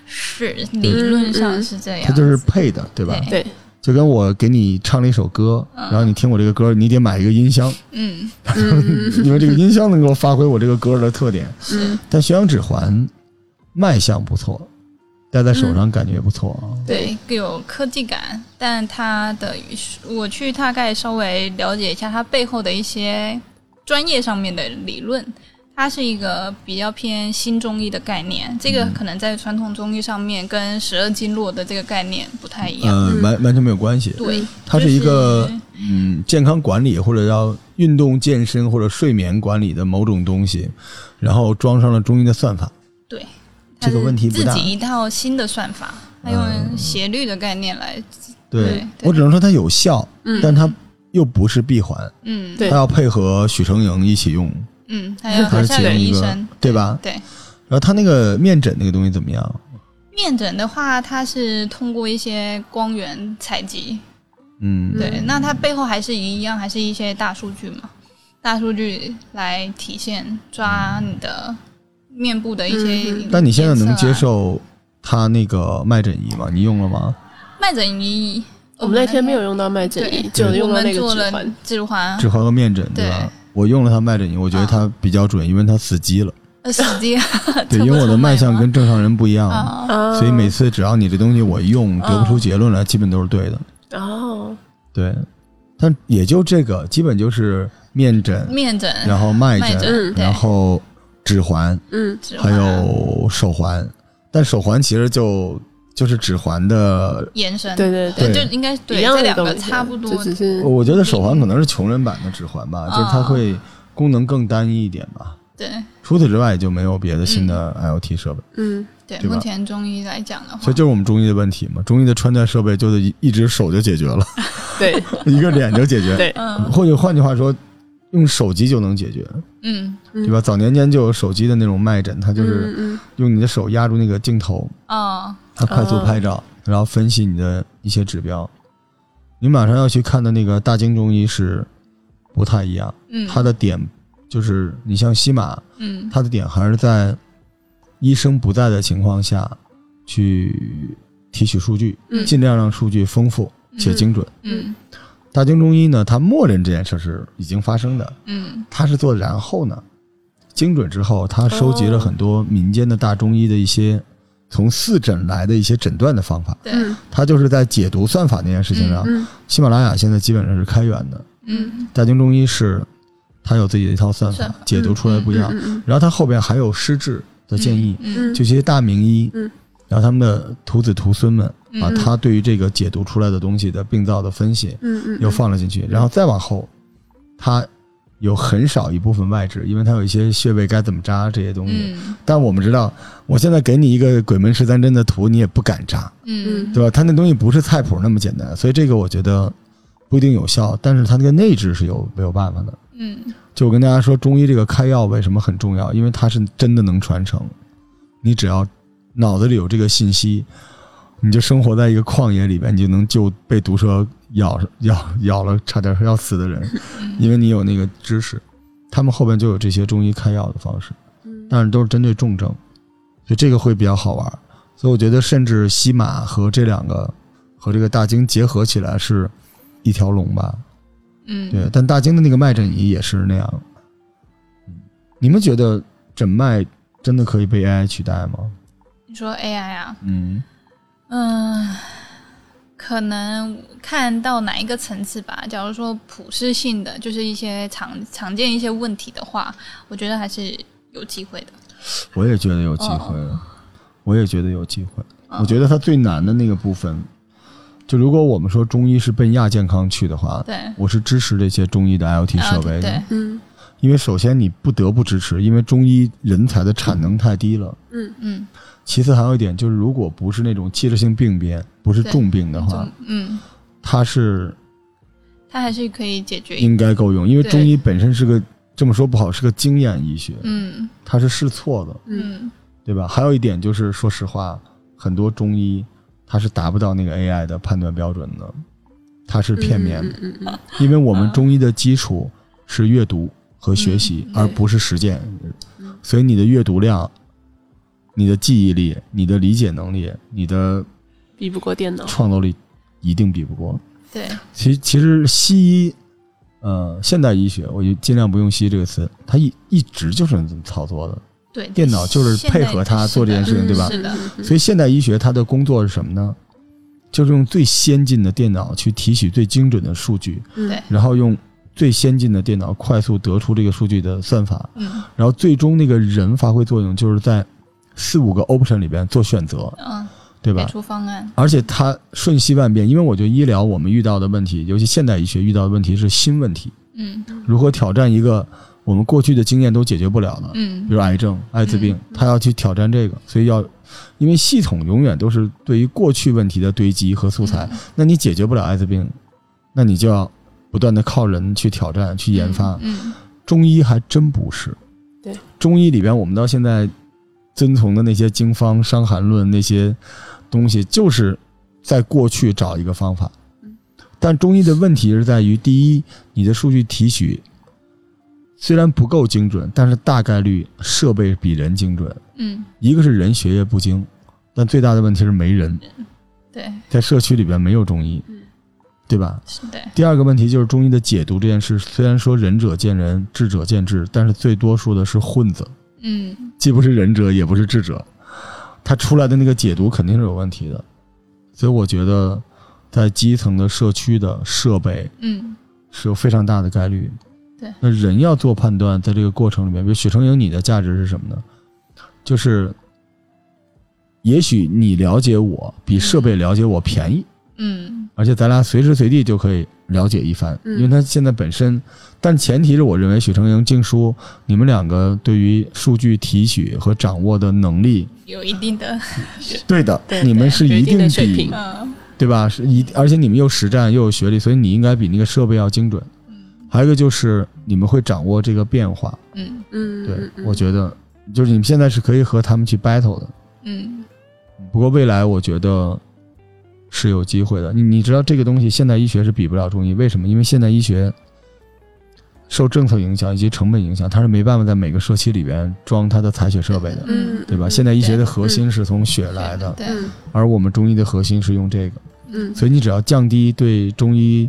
Speaker 2: 是理论上是这样，
Speaker 1: 它就是配的，对吧？
Speaker 3: 对，
Speaker 1: 就跟我给你唱了一首歌，然后你听我这个歌，你得买一个音
Speaker 2: [LAUGHS]
Speaker 1: 箱，
Speaker 2: 嗯
Speaker 1: 因为这个音箱能够发挥我这个歌的特点。
Speaker 2: 是
Speaker 1: 但血氧指环卖相不错，戴在手上感觉不错啊。
Speaker 2: 对，更有科技感，但它的我去大概稍微了解一下它背后的一些专业上面的理论。它是一个比较偏新中医的概念，这
Speaker 1: 嗯
Speaker 2: 个可能在传统中医上面跟十二经络的这个概念不太一样。
Speaker 1: 呃，完完全没有关系。
Speaker 2: 对，
Speaker 1: 它
Speaker 2: 嗯就是
Speaker 1: 一个嗯健康管理或者叫运动健身或者睡眠管理的某种东西，然后装上了中医的算法。
Speaker 2: 对
Speaker 1: 这个问题不
Speaker 2: 自
Speaker 1: 大呃
Speaker 2: 己一套新的算法，它用斜率的概念来，
Speaker 1: 对
Speaker 2: 对对
Speaker 1: 我只能说它有效，
Speaker 3: 嗯
Speaker 1: 但它又不是闭环，
Speaker 2: 嗯，
Speaker 1: 它
Speaker 3: 对
Speaker 1: 要配合许成营一起用。
Speaker 2: 嗯，还有
Speaker 1: 它
Speaker 2: 和
Speaker 1: 是
Speaker 2: 下
Speaker 1: 其中
Speaker 2: 个
Speaker 1: 一
Speaker 2: 医
Speaker 1: 个
Speaker 2: 生，
Speaker 1: 对吧
Speaker 2: 对，
Speaker 1: 然后它那个面诊那个东西怎么样？
Speaker 2: 面诊的话，它是通过一些光源采集，
Speaker 1: 嗯，
Speaker 2: 对，那它背后还是一样，还是一些大数据嘛，大数据来体现抓你的面部的一些
Speaker 3: 嗯嗯
Speaker 2: 颜色啊、
Speaker 1: 但你现在能接受它那个脉诊仪吗？你用了吗？
Speaker 2: 脉诊仪？
Speaker 3: 我们那天没有用到麦整仪，只有
Speaker 2: 我
Speaker 3: 用到
Speaker 2: 们
Speaker 3: 那个
Speaker 2: 做
Speaker 3: 指
Speaker 2: 了
Speaker 3: 环。
Speaker 2: 指环
Speaker 1: 只，和个面诊对吧
Speaker 2: 啊对？啊
Speaker 1: 我用了它脉诊仪，我觉得它比较准，因为它死机
Speaker 2: [LAUGHS]
Speaker 1: 了。
Speaker 2: 呃，死机，
Speaker 1: 对，
Speaker 2: 测
Speaker 1: 因
Speaker 2: 不
Speaker 1: 为我
Speaker 2: 出
Speaker 1: 的脉象
Speaker 2: 吗
Speaker 1: 跟正常人不一样，
Speaker 2: 啊，嗯
Speaker 3: 啊
Speaker 1: 所以每次只要你这东西我用得不出结论来，基本都是对的。
Speaker 3: 哦，
Speaker 1: 对，但也就这个，基本就是面诊，
Speaker 2: 面诊，
Speaker 1: 然后脉
Speaker 2: 脉
Speaker 1: 诊，
Speaker 2: 诊对
Speaker 1: 然后指环，
Speaker 3: 嗯
Speaker 2: 指
Speaker 1: 还
Speaker 2: 环
Speaker 1: 有手环。但手环其实就就是指环的，
Speaker 2: 延伸，
Speaker 3: 对对对
Speaker 2: 对，
Speaker 1: 对
Speaker 2: 就应该对
Speaker 3: 一样
Speaker 2: 这
Speaker 3: 的
Speaker 2: 两
Speaker 3: 东
Speaker 2: 个
Speaker 3: 西
Speaker 2: 差不多
Speaker 3: 就，只是
Speaker 1: 我觉得手环可能是穷人版的指环吧，就是它
Speaker 2: 啊
Speaker 1: 会功能更单一一点吧。
Speaker 2: 对
Speaker 1: 除此之外，也就没有别的新的 IoT 设备。
Speaker 3: 嗯
Speaker 2: 对。
Speaker 1: 对吧
Speaker 2: 目前中医来讲的话，
Speaker 1: 所以就是我们中医的问题嘛，中医的穿戴设备就是一一只手就解决
Speaker 2: [LAUGHS]
Speaker 1: 了，
Speaker 3: [LAUGHS] 对
Speaker 1: 一个脸就解决，
Speaker 3: 对
Speaker 2: 嗯
Speaker 1: 或者换句话说，用手机就能解决，
Speaker 2: 嗯
Speaker 1: 对吧？早年间就有手机的那种脉诊，它就是
Speaker 3: 嗯嗯
Speaker 1: 用你的手压住那个镜头，
Speaker 2: 哦，
Speaker 1: 它快速拍照，
Speaker 2: 嗯
Speaker 1: 然后分析你的一些指标。你马上要去看的那个大京中医是不太一样，
Speaker 2: 嗯，
Speaker 1: 它的点就是你像西马，
Speaker 2: 嗯
Speaker 1: 他的点还是在医生不在的情况下去提取数据，
Speaker 3: 嗯
Speaker 1: 尽量让数据丰富且精准。
Speaker 2: 嗯
Speaker 1: 大京中医呢，它默认这件事是已经发生的，
Speaker 2: 嗯
Speaker 1: 它是做
Speaker 2: 哦
Speaker 1: 然后呢精准之后，它收集了很多民间的大中医的一些从四诊来的一些诊断的方法，
Speaker 2: 对，
Speaker 3: 嗯
Speaker 1: 它就是在解读算法那件事情上，
Speaker 3: 嗯
Speaker 1: 喜马拉雅现在基本上是开源的，
Speaker 2: 嗯
Speaker 1: 大京中医是它有自己的一套算法
Speaker 2: 算法，
Speaker 1: 解读出来不一样。
Speaker 3: 嗯嗯
Speaker 1: 然后它后边还有施治的建议，
Speaker 2: 嗯
Speaker 3: 嗯
Speaker 1: 就这些大名医，
Speaker 3: 嗯
Speaker 1: 然后他们的徒子徒孙们
Speaker 2: 嗯
Speaker 1: 把他对于这个解读出来的东西的病灶的分析
Speaker 3: 嗯嗯，
Speaker 1: 又放了进去，然后再往后，它有很少一部分外治，因为它有一些穴位该怎么扎这些东西。
Speaker 2: 嗯
Speaker 1: 但我们知道，我现在给你一个鬼门十三针的图，你也不敢扎，
Speaker 2: 嗯
Speaker 1: 对吧？它那东西不是菜谱那么简单，所以这个我觉得不一定有效，但是它那个内治是有没有办法的。
Speaker 2: 嗯
Speaker 1: 就我跟大家说，中医这个开药为什么很重要？因为它是真的能传承。你只要脑子里有这个信息，你就生活在一个旷野里边，你就能救被毒蛇咬咬咬了差点要死的人，因为你有那个知识。他们后边就有这些中医开药的方式，但是都是针对重症，所以这个会比较好玩。所以我觉得，甚至西马和这两个和这个大经结合起来是一条龙吧。
Speaker 2: 嗯，
Speaker 1: 对，但大京的那个脉诊仪也是那样。你们觉得诊脉真的可以被 AI 取代吗？
Speaker 2: 你说 AI 啊，
Speaker 1: 嗯，
Speaker 2: 嗯，可能看到哪一个层次吧。假如说普适性的，就是一些常常见一些问题的话，我觉得还是有机会的。
Speaker 1: 我也觉得有机会，
Speaker 2: 哦
Speaker 1: 我也觉得有机会。
Speaker 2: 嗯
Speaker 1: 我觉得它最难的那个部分，就如果我们说中医是奔亚健康去的话，
Speaker 2: 对，啊呃
Speaker 1: 我是支持这些中医的 IoT 设备的，
Speaker 2: 对，
Speaker 3: 嗯
Speaker 1: 因为首先你不得不支持，因为中医人才的产能太低了。
Speaker 3: 嗯
Speaker 2: 嗯，
Speaker 1: 其次还有一点就是，如果不是那种器质性病变，不是
Speaker 2: 对
Speaker 1: 重病的话
Speaker 2: 中，嗯，
Speaker 1: 它是
Speaker 2: 它还是可以解决。
Speaker 1: 应该够用，因为
Speaker 2: 对
Speaker 1: 中医本身是个这么说不好，是个经验医学，
Speaker 2: 嗯
Speaker 1: 它是试错的，
Speaker 3: 嗯
Speaker 2: 嗯
Speaker 1: 对吧？还有一点就是，说实话，很多中医它是达不到那个 AI 的判断标准的，它是片面的，
Speaker 3: 嗯嗯
Speaker 1: 因为我们中医的基础是阅读和学习，
Speaker 2: 嗯
Speaker 1: 而不是实践
Speaker 3: 嗯，
Speaker 1: 所以你的阅读量、你的记忆力、你的理解能力、你的
Speaker 3: 比不过电脑，
Speaker 1: 创造力一定比不过。
Speaker 2: 对，
Speaker 1: 其其实西医，呃，现代医学，我就尽量不用“西医”这个词，它一一直就是这么操作的。
Speaker 2: 对，
Speaker 1: 电脑就是配合它做这件事
Speaker 3: 情对吧
Speaker 2: 是的，
Speaker 3: 嗯
Speaker 1: 所以现代医学它的工作是什么呢？就是用最先进的电脑去提取最精准的数据，
Speaker 3: 对，
Speaker 1: 然后用最先进的电脑快速得出这个数据的算法，
Speaker 2: 嗯
Speaker 1: 然后最终那个人发挥作用，就是在四五个 option 里边做选择，
Speaker 2: 嗯，
Speaker 1: 对吧
Speaker 2: 给？出方案，
Speaker 1: 而且它瞬息万变，因为我觉得医疗我们遇到的问题，尤其现代医学遇到的问题是新问题，
Speaker 2: 嗯
Speaker 1: 如何挑战一个我们过去的经验都解决不了的，
Speaker 2: 嗯
Speaker 1: 比如癌症、艾滋病
Speaker 3: 嗯，
Speaker 1: 他要去挑战这个，所以要，因为系统永远都是对于过去问题的堆积和素材，那你解决不了艾滋病，那你就要不断的靠人去挑战、去研发。
Speaker 2: 嗯
Speaker 1: 中医还真不是，
Speaker 3: 对，
Speaker 1: 中医里边我们到现在遵从的那些经方、伤寒论那些东西，就是在过去找一个方法
Speaker 3: 嗯。
Speaker 1: 但中医的问题是在于，第一，你的数据提取虽然不够精准，但是大概率设备比人精准。
Speaker 2: 嗯，
Speaker 1: 一个是人学业不精，但最大的问题是没人，
Speaker 2: 对，
Speaker 1: 在社区里边没有中医
Speaker 3: 嗯，
Speaker 1: 对吧？
Speaker 2: 是的，
Speaker 1: 第二个问题就是中医的解读这件事，虽然说仁者见仁，智者见智，但是最多数的是混子，
Speaker 2: 嗯
Speaker 1: 既不是仁者，也不是智者，他出来的那个解读肯定是有问题的。所以我觉得，在基层的社区的设备
Speaker 2: 嗯
Speaker 1: 是有非常大的概率。
Speaker 2: 对，
Speaker 1: 那人要做判断，在这个过程里面，比如许成英，你的价值是什么呢？就是，也许你了解我比设备了解我便宜，
Speaker 2: 嗯
Speaker 1: 而且咱俩随时随地就可以了解一番，
Speaker 3: 嗯
Speaker 1: 因为他现在本身，但前提是我认为许成英、静姝，你们两个对于数据提取和掌握的能力，
Speaker 2: 有一定的，
Speaker 1: 对的，
Speaker 3: 对
Speaker 1: 你们是
Speaker 3: 有一
Speaker 1: 定
Speaker 3: 定的水
Speaker 1: 比
Speaker 3: 平
Speaker 2: 嗯
Speaker 1: 对吧？是一，而且你们又实战又有学历，所以你应该比那个设备要精准。
Speaker 2: 嗯
Speaker 1: 还有一个就是你们会掌握这个变化，
Speaker 2: 嗯
Speaker 3: 嗯，
Speaker 1: 对、我觉得就是你们现在是可以和他们去 battle 的，
Speaker 2: 嗯
Speaker 1: 不过未来我觉得是有机会的。你你知道这个东西，现代医学是比不了中医，为什么？因为现代医学受政策影响以及成本影响，它是没办法在每个社区里边装它的采血设备的，
Speaker 3: 嗯，
Speaker 1: 对吧？现代医学的核
Speaker 3: 嗯
Speaker 1: 心是从血来的，
Speaker 2: 对，
Speaker 3: 嗯
Speaker 1: 而我们中医的核心是用这个，
Speaker 3: 嗯
Speaker 1: 所以你只要降低对中医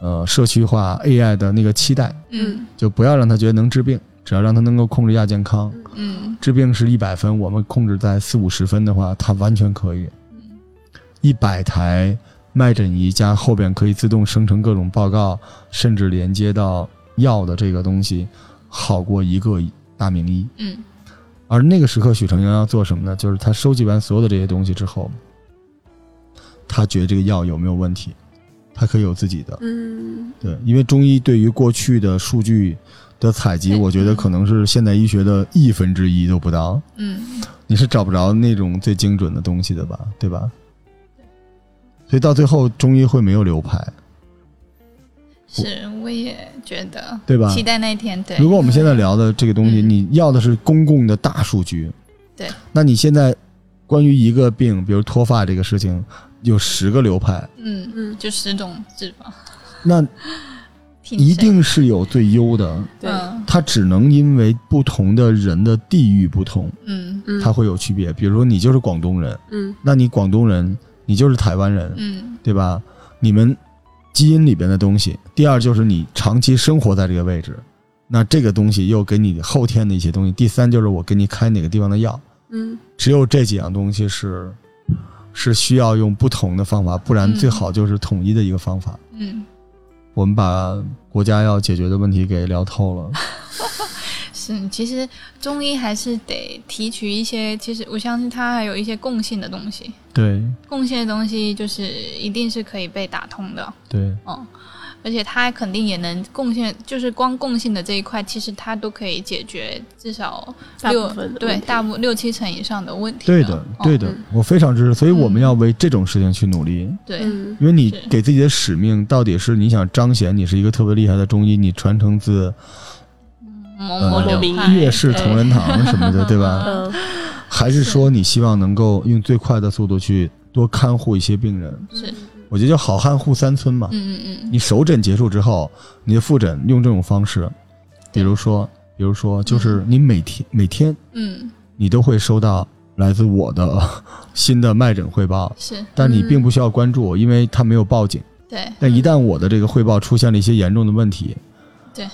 Speaker 1: 呃社区化 AI 的那个期待，
Speaker 2: 嗯
Speaker 1: 就不要让他觉得能治病，只要让他能够控制亚健康，
Speaker 2: 嗯
Speaker 1: 治病是一百分，我们控制在四五十分的话，它完全可以。
Speaker 2: 嗯
Speaker 1: 一百台脉诊仪加后边可以自动生成各种报告，甚至连接到药的这个东西，好过一个大名医。
Speaker 2: 嗯
Speaker 1: 而那个时刻，许成阳要做什么呢？就是他收集完所有的这些东西之后，他觉得这个药有没有问题，他可以有自己的。
Speaker 3: 嗯，
Speaker 1: 对，因为中医对于过去的数据的采集，
Speaker 2: 对
Speaker 1: 我觉得可能是现代医学的一分之一都不到。
Speaker 2: 嗯，
Speaker 1: 你是找不着那种最精准的东西的吧，对吧？所以到最后，中医会没有流派，
Speaker 2: 是，我也觉得
Speaker 1: 对吧？
Speaker 2: 期待那一天，对，
Speaker 1: 如果我们现在聊的这个东西，
Speaker 2: 嗯
Speaker 1: 你要的是公共的大数据，
Speaker 2: 对，
Speaker 1: 那你现在关于一个病，比如脱发这个事情，有十个流派，
Speaker 2: 嗯嗯，
Speaker 3: 嗯
Speaker 2: 就十种治法，
Speaker 1: 那
Speaker 2: 听
Speaker 1: 一
Speaker 2: 谁
Speaker 1: 定是有最优的，
Speaker 3: 对，
Speaker 2: 嗯
Speaker 1: 它只能因为不同的人的地域不同，
Speaker 2: 嗯
Speaker 3: 嗯，
Speaker 1: 它会有区别。比如说你就是广东人，
Speaker 3: 嗯
Speaker 1: 那你广东人，你就是台湾人，
Speaker 2: 嗯
Speaker 1: 对吧？你们基因里边的东西。第二就是你长期生活在这个位置，那这个东西又给你后天的一些东西。第三就是我给你开哪个地方的药，
Speaker 3: 嗯
Speaker 1: 只有这几样东西是是需要用不同的方法，不然
Speaker 2: 嗯
Speaker 1: 最好就是统一的一个方法。
Speaker 2: 嗯，
Speaker 1: 我们把国家要解决的问题给聊透了，
Speaker 2: 是，其实中医还是得提取一些，其实我相信它还有一些共性的东西，
Speaker 1: [LAUGHS] 对
Speaker 2: 共性的东西就是一定是可以被打通的，嗯
Speaker 1: 对，
Speaker 2: 而且它肯定也能贡献，就是光贡献的这一块，其实它都可以解决至少
Speaker 3: 大
Speaker 2: 六
Speaker 3: 部分的
Speaker 2: 对
Speaker 3: 问题
Speaker 2: 大部六七成以上的问题。
Speaker 1: 对的，对
Speaker 2: 哦、
Speaker 1: 的
Speaker 3: 嗯，
Speaker 1: 我非常支持。所以我们
Speaker 2: 嗯
Speaker 1: 要为这种事情去努力。
Speaker 2: 对，
Speaker 3: 嗯
Speaker 1: 因为你
Speaker 2: 是
Speaker 1: 给自己的使命到底是你想彰显你是一个特别厉害的中医，你传承自
Speaker 2: 某
Speaker 1: 呃
Speaker 2: 某流
Speaker 3: 名
Speaker 2: 派，
Speaker 1: 岳氏
Speaker 2: 对
Speaker 1: 同仁堂什么的，对吧？
Speaker 3: 嗯
Speaker 1: 还是说你希望能够用最快的速度去多看护一些病人？
Speaker 2: 是，
Speaker 1: 我觉得叫好汉护三村嘛。
Speaker 2: 嗯嗯嗯
Speaker 1: 你首诊结束之后，你的复诊用这种方式，比如说，比如说，就是你每天每天
Speaker 2: 嗯，
Speaker 1: 你都会收到来自我的 [LAUGHS] 新的脉诊汇报，
Speaker 2: 是
Speaker 1: 但你
Speaker 3: 嗯
Speaker 1: 并不需要关注，因为它没有报警。
Speaker 2: 对，
Speaker 1: 但一旦我的这个汇报出现了一些严重的问题，
Speaker 2: 这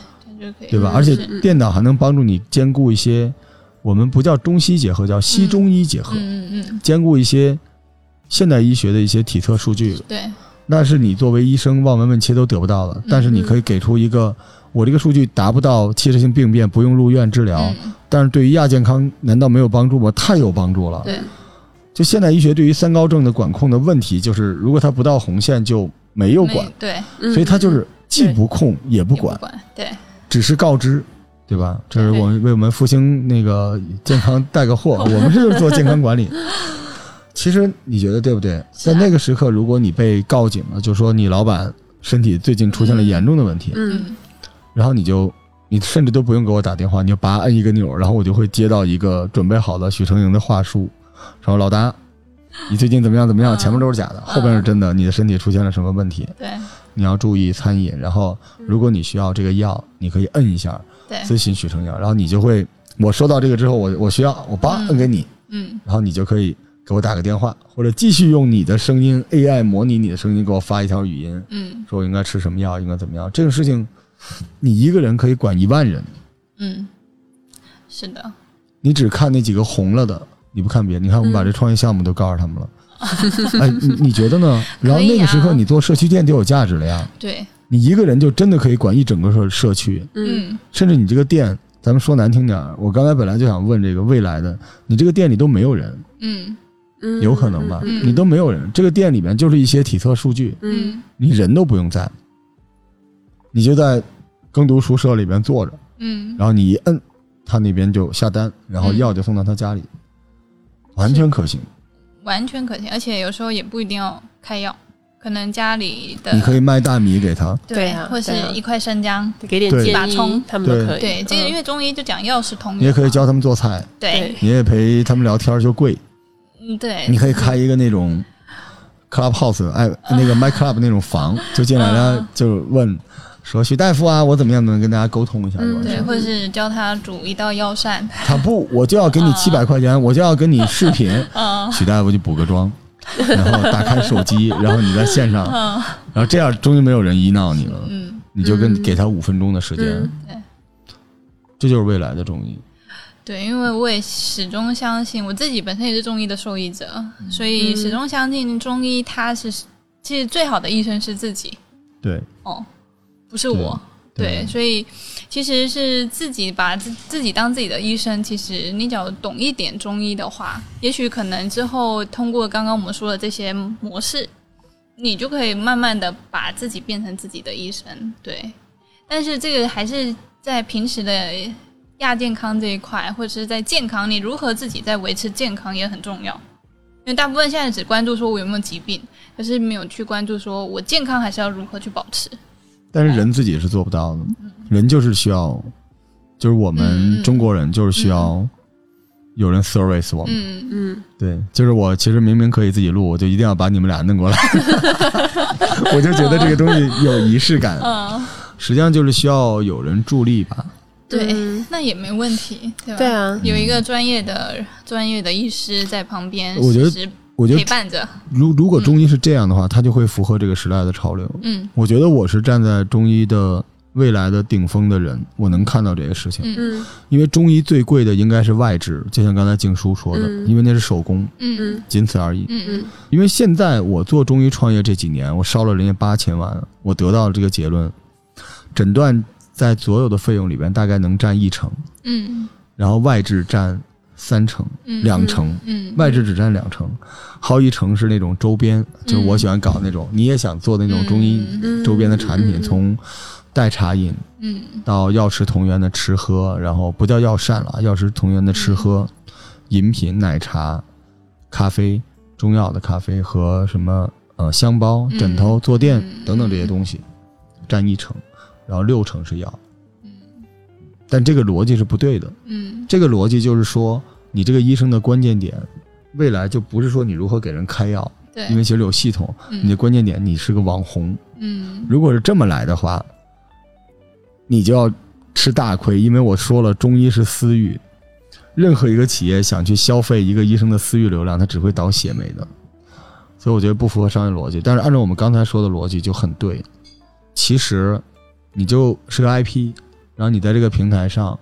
Speaker 2: 就可以
Speaker 1: 对吧？
Speaker 3: 嗯
Speaker 1: 而且
Speaker 3: 是
Speaker 1: 电脑还能帮助你兼顾一些，我们不叫中西结合，叫西中医结合，
Speaker 2: 嗯嗯嗯，
Speaker 1: 兼顾一些现代医学的一些体测数据。
Speaker 2: 对，
Speaker 1: 那是你作为医生望闻问切都得不到的，但是你可以给出一个，我这个数据达不到器质性病变，不用入院治疗，
Speaker 2: 嗯
Speaker 1: 但是对于亚健康难道没有帮助吗？太有帮助了。
Speaker 2: 对，
Speaker 1: 就现代医学对于三高症的管控的问题，就是如果它不到红线就没有
Speaker 2: 没
Speaker 1: 管，
Speaker 2: 对
Speaker 3: 嗯，
Speaker 1: 所以它就是既不控也不
Speaker 2: 也
Speaker 1: 管
Speaker 2: 不。管对，
Speaker 1: 只是告知，对吧？这是
Speaker 2: 对
Speaker 1: 我们为我们复兴那个健康带个
Speaker 2: [LAUGHS]
Speaker 1: 货，我们是做健康管理。其实你觉得对不对？
Speaker 2: 是
Speaker 1: 在
Speaker 2: 啊
Speaker 1: 那个时刻，如果你被告警了，就说你老板身体最近出现了严重的问题，
Speaker 3: 嗯
Speaker 2: 嗯
Speaker 1: 然后你就你甚至都不用给我打电话，你就拔摁一个钮，然后我就会接到一个准备好的许成营的话术，然后老达，你最近怎么样怎么样？
Speaker 2: 嗯
Speaker 1: 前面都是
Speaker 2: [LAUGHS]
Speaker 1: 假的，后边是真的，你的身体出现了什么问题？
Speaker 2: 对
Speaker 1: 你要注意餐饮，然后
Speaker 2: 嗯
Speaker 1: 如果你需要这个药，你可以摁一下，
Speaker 2: 对，
Speaker 1: 咨询许成阳，然后你就会，我收到这个之后，我我需要，我叭
Speaker 2: 嗯
Speaker 1: 摁给你，
Speaker 2: 嗯
Speaker 1: 然后你就可以给我打个电话，或者继续用你的声音 AI 模拟你的声音给我发一条语音，
Speaker 2: 嗯
Speaker 1: 说我应该吃什么药，应该怎么样。这个事情，你一个人可以管一万人，
Speaker 2: 嗯，是的，
Speaker 1: 你只看那几个红了的，你不看别的。你看我们把
Speaker 2: 嗯
Speaker 1: 这创业项目都告诉他们
Speaker 2: [LAUGHS]
Speaker 1: 了，哎，你你觉得呢？然后那个时
Speaker 2: 可以
Speaker 1: 刻
Speaker 2: 啊
Speaker 1: 你做社区店就有价值了呀，
Speaker 2: 对，
Speaker 1: 你一个人就真的可以管一整个社社区。
Speaker 3: 嗯
Speaker 2: 嗯
Speaker 1: 甚至你这个店，咱们说难听点儿，我刚才本来就想问这个未来的，你这个店里都没有人，
Speaker 2: 嗯
Speaker 3: 嗯，
Speaker 1: 有可能吧？
Speaker 3: 嗯
Speaker 1: 你都没有人，这个店里面就是一些体测数据，
Speaker 3: 嗯
Speaker 2: 嗯
Speaker 1: 你人都不用在，你就在耕读书社里边坐着，
Speaker 2: 嗯，
Speaker 1: 然后你一摁，他那边就下单，然后药就送到他家里，
Speaker 3: 嗯
Speaker 1: 完全可行。
Speaker 2: 完全可行，而且有时候也不一定要开药，可能家里的
Speaker 1: 你可以卖大米给他，
Speaker 3: 对啊
Speaker 2: 或是
Speaker 3: 对啊
Speaker 2: 一块生姜，
Speaker 3: 给点
Speaker 1: 对
Speaker 3: 建
Speaker 2: 把
Speaker 3: 议
Speaker 2: 冲，
Speaker 3: 他们都可以。
Speaker 2: 对，这个
Speaker 3: 嗯
Speaker 2: 因为中医就讲药食同源嘛，
Speaker 1: 你也可以教他们做菜，
Speaker 2: 对，
Speaker 1: 你也陪他们聊天儿就贵。
Speaker 2: 嗯对，
Speaker 1: 你可以开一个那种 clubhouse，哎，那个 my club 那种房，就进
Speaker 2: 嗯
Speaker 1: 来了就问说徐大夫啊，我怎么样能跟大家沟通一下就完事
Speaker 2: 嗯对，
Speaker 1: 儿？
Speaker 2: 或者是教他煮一道药
Speaker 3: [LAUGHS]
Speaker 2: 膳，
Speaker 1: 他不，我就要给你七百块钱，我就要跟你视
Speaker 2: [LAUGHS]
Speaker 1: 频，
Speaker 2: 嗯
Speaker 1: 徐大夫就补个妆。然后打开手
Speaker 2: [LAUGHS]
Speaker 1: 机，然后你在线上，然后这样终于没有人医闹你了，
Speaker 2: 嗯
Speaker 1: 你就跟
Speaker 3: 嗯
Speaker 1: 给他五分钟的时间
Speaker 3: 嗯，
Speaker 2: 对
Speaker 1: 这就是未来的中医。
Speaker 2: 对，因为我也始终相信，我自己本身也是中医的受益者，所以
Speaker 3: 嗯
Speaker 2: 始终相信中医它是其实最好的医生是自己
Speaker 4: 对，
Speaker 2: 哦，不是我。对，所以其实是自己把自自己当自己的医生。其实你只要懂一点中医的话，也许可能之后通过刚刚我们说的这些模式，你就可以慢慢的把自己变成自己的医生。对，但是这个还是在平时的亚健康这一块，或者是在健康，你如何自己在维持健康也很重要。因为大部分现在只关注说我有没有疾病，可是没有去关注说我健康还是要如何去保持。
Speaker 1: 但是人自己是做不到的，人就是需要，就是我
Speaker 2: 嗯
Speaker 1: 们
Speaker 2: 嗯
Speaker 1: 中国人就是需要有人 service 我们。
Speaker 2: 嗯，
Speaker 3: 嗯，
Speaker 1: 对，就是我其实明明可以自己录，我就一定要把你们俩弄过
Speaker 2: [LAUGHS]
Speaker 1: 来， [LAUGHS] 我就觉得这个东西有仪式感。
Speaker 2: 嗯
Speaker 1: 实际上就是需要有人助力吧。
Speaker 2: 对，
Speaker 3: 嗯
Speaker 2: 那也没问题，对吧？
Speaker 3: 对啊，
Speaker 2: 有一个专业的专业的医师在旁边，
Speaker 1: 我觉得
Speaker 2: 时时
Speaker 1: 我觉
Speaker 2: 陪
Speaker 1: 得，
Speaker 2: 伴着，
Speaker 1: 如如果中医是这样的话，它就会符合这个时代的潮流。
Speaker 2: 嗯
Speaker 1: 我觉得我是站在中医的未来的顶峰的人，我能看到这些事情。
Speaker 2: 嗯
Speaker 3: 嗯
Speaker 1: 因为中医最贵的应该是外治，就像刚才静书说的，
Speaker 3: 嗯
Speaker 1: 因为那是手工，
Speaker 2: 嗯
Speaker 3: 嗯
Speaker 1: 仅此而已。
Speaker 2: 嗯
Speaker 3: 嗯
Speaker 1: 因为现在我做中医创业这几年，我烧了人家八千万，我得到了这个结论：诊断在所有的费用里边大概能占一成，
Speaker 2: 嗯
Speaker 1: 然后外治占三成、
Speaker 2: 嗯，
Speaker 1: 两成，
Speaker 2: 嗯
Speaker 1: 外治只占两成，还有一成是那种周边，就是我喜欢搞那种，你也想做的那种中医
Speaker 3: 嗯
Speaker 1: 周边的产品，从代茶饮
Speaker 2: 嗯
Speaker 1: 到药食同源的吃喝，然后不叫药膳了，药食同源的吃
Speaker 2: 嗯
Speaker 1: 喝、饮品、奶茶、咖啡、中药的咖啡和什么呃香包、
Speaker 2: 嗯
Speaker 1: 枕头、坐垫
Speaker 2: 嗯
Speaker 1: 等等这些东西，占一成，然后六成是药。
Speaker 2: 嗯
Speaker 1: 但这个逻辑是不对的，
Speaker 2: 嗯
Speaker 1: 这个逻辑就是说，你这个医生的关键点，未来就不是说你如何给人开药，
Speaker 2: 对，
Speaker 1: 因为其实有系统，你的
Speaker 2: 嗯
Speaker 1: 关键点你是个网红，
Speaker 2: 嗯
Speaker 1: 如果是这么来的话，你就要吃大亏，因为我说了，中医是私域，任何一个企业想去消费一个医生的私域流量，它只会倒血霉的。所以我觉得不符合商业逻辑，但是按照我们刚才说的逻辑就很对。其实你就是个 IP，然后你在这个平台上，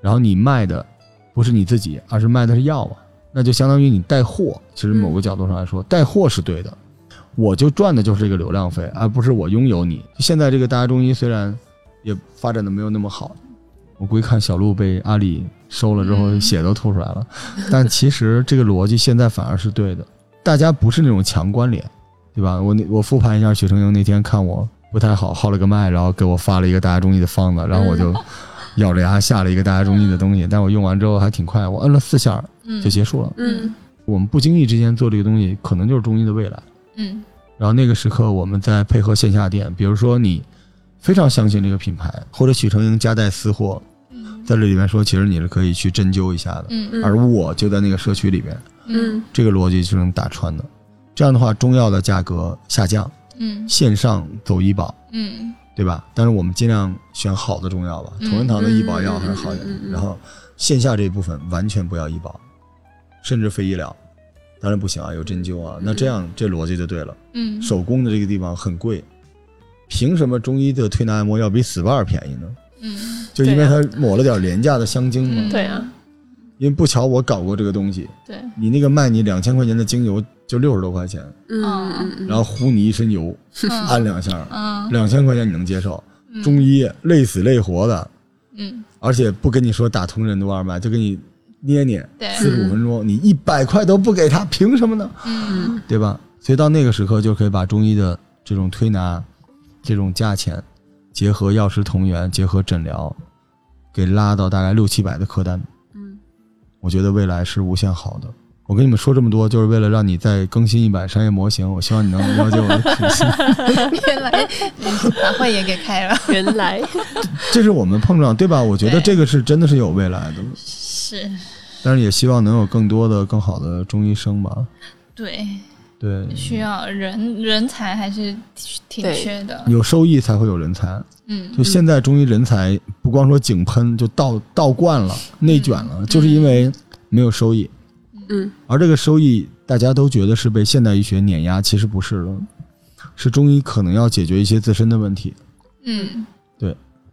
Speaker 1: 然后你卖的不是你自己，而是卖的是药嘛，那就相当于你带货。其实某个角度上来说，带货是对的，我就赚的就是这个流量费，而不是我拥有你。现在这个大家中医虽然也发展的没有那么好，我估计看小鹿被阿里收了之后
Speaker 2: 嗯
Speaker 1: 血都吐出来了，但其实这个逻辑现在反而是对的，大家不是那种强关联，对吧？我那我复盘一下许成英那天看我不太好，号了个麦，然后给我发了一个大家中医的方子，然后我就
Speaker 2: 嗯
Speaker 1: [LAUGHS] 咬着牙下了一个大家中医的东西，但我用完之后还挺快，我摁了四下儿
Speaker 2: 嗯
Speaker 1: 就结束了。
Speaker 3: 嗯
Speaker 1: 我们不经意之间做这个东西，可能就是中医的未来。
Speaker 2: 嗯
Speaker 1: 然后那个时刻，我们再配合线下店，比如说你非常相信这个品牌，或者许成英夹带私货，
Speaker 2: 嗯
Speaker 1: 在这里面说，其实你是可以去针灸一下的。
Speaker 2: 嗯
Speaker 1: 而我就在那个社区里面，
Speaker 2: 嗯
Speaker 3: 嗯
Speaker 1: 这个逻辑是能打穿的。这样的话，中药的价格下降，
Speaker 2: 嗯
Speaker 1: 线上走医保，
Speaker 2: 嗯
Speaker 1: 对吧？但是我们尽量选好的中药吧，
Speaker 2: 嗯
Speaker 1: 同仁堂的医保药还是好一
Speaker 3: 嗯嗯嗯嗯
Speaker 1: 点。
Speaker 3: 嗯
Speaker 1: 然后线下这一部分完全不要医保，甚至非医疗，当然不行啊，有针灸啊。那这样这逻辑就对了。
Speaker 2: 嗯，
Speaker 1: 手工的这个地方很贵，凭什么中医的推拿按摩要比 SPA 便宜呢？
Speaker 2: 嗯
Speaker 1: 就因为它抹了点廉价的香精嘛。
Speaker 2: 嗯
Speaker 3: 对啊，
Speaker 1: 因为不巧我搞过这个东西，
Speaker 2: 对，
Speaker 1: 你那个卖你两千块钱的精油就六十多块钱，
Speaker 3: 嗯嗯
Speaker 1: 然后糊你一身油，按两下，
Speaker 2: 嗯
Speaker 1: 两千块钱你能接受？
Speaker 2: 嗯
Speaker 1: 中医累死累活的，
Speaker 2: 嗯
Speaker 1: 而且不跟你说打通任督二脉，就给你捏捏
Speaker 2: 对，
Speaker 1: 四十五分钟，你一百块都不给他，凭什么呢？
Speaker 2: 嗯 [LAUGHS]
Speaker 1: 对吧？所以到那个时刻就可以把中医的这种推拿、这种价钱，结合药食同源，结合诊疗，给拉到大概六七百的客单。
Speaker 3: 嗯
Speaker 1: 我觉得未来是无限好的。我跟你们说这么多，就是为了让你再更新一版商业模型。我希望你能了解我的苦
Speaker 2: [LAUGHS]
Speaker 1: 心。
Speaker 2: 原来嗯把慧也给开了，
Speaker 3: 嗯， [LAUGHS] 原来
Speaker 1: 这是我们碰撞，对吧？我觉得
Speaker 2: 对
Speaker 1: 这个是真的是有未来的，
Speaker 2: 是
Speaker 1: 但是也希望能有更多的、更好的中医生吧。
Speaker 2: 对，
Speaker 1: 对，
Speaker 2: 需要人人才还是挺
Speaker 3: 对
Speaker 2: 缺的，
Speaker 1: 有收益才会有人才。
Speaker 2: 嗯
Speaker 1: 就现在中医人才不光说井喷，就倒倒灌了、内卷了，就是因为没有收益。
Speaker 3: 嗯，
Speaker 1: 而这个收益大家都觉得是被现代医学碾压，其实不是的，是中医可能要解决一些自身的问题，
Speaker 2: 嗯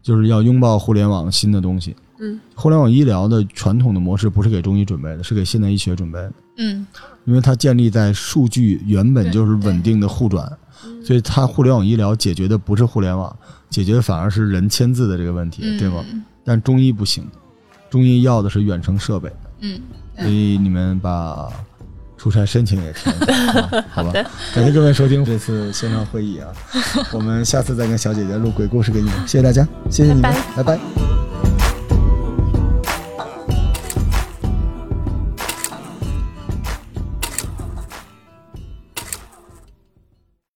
Speaker 1: 就是要拥抱互联网新的东西，
Speaker 3: 嗯
Speaker 1: 互联网医疗的传统的模式不是给中医准备的，是给现代医学准备的，
Speaker 2: 嗯，
Speaker 1: 因为它建立在数据原本就是
Speaker 2: 对对
Speaker 1: 稳定的互转，所以它互联网医疗解决的不是互联网，解决的反而是人签字的这个问题，对吗？
Speaker 2: 嗯
Speaker 1: 但中医不行，中医要的是远程设备，
Speaker 2: 嗯，
Speaker 1: 所以你们把出差申请也填一下，好吧
Speaker 3: 的？
Speaker 1: 感谢各位收听这次线上会议啊，我们下次再跟小姐姐录鬼故事给你们，谢谢大家，谢谢你们，拜拜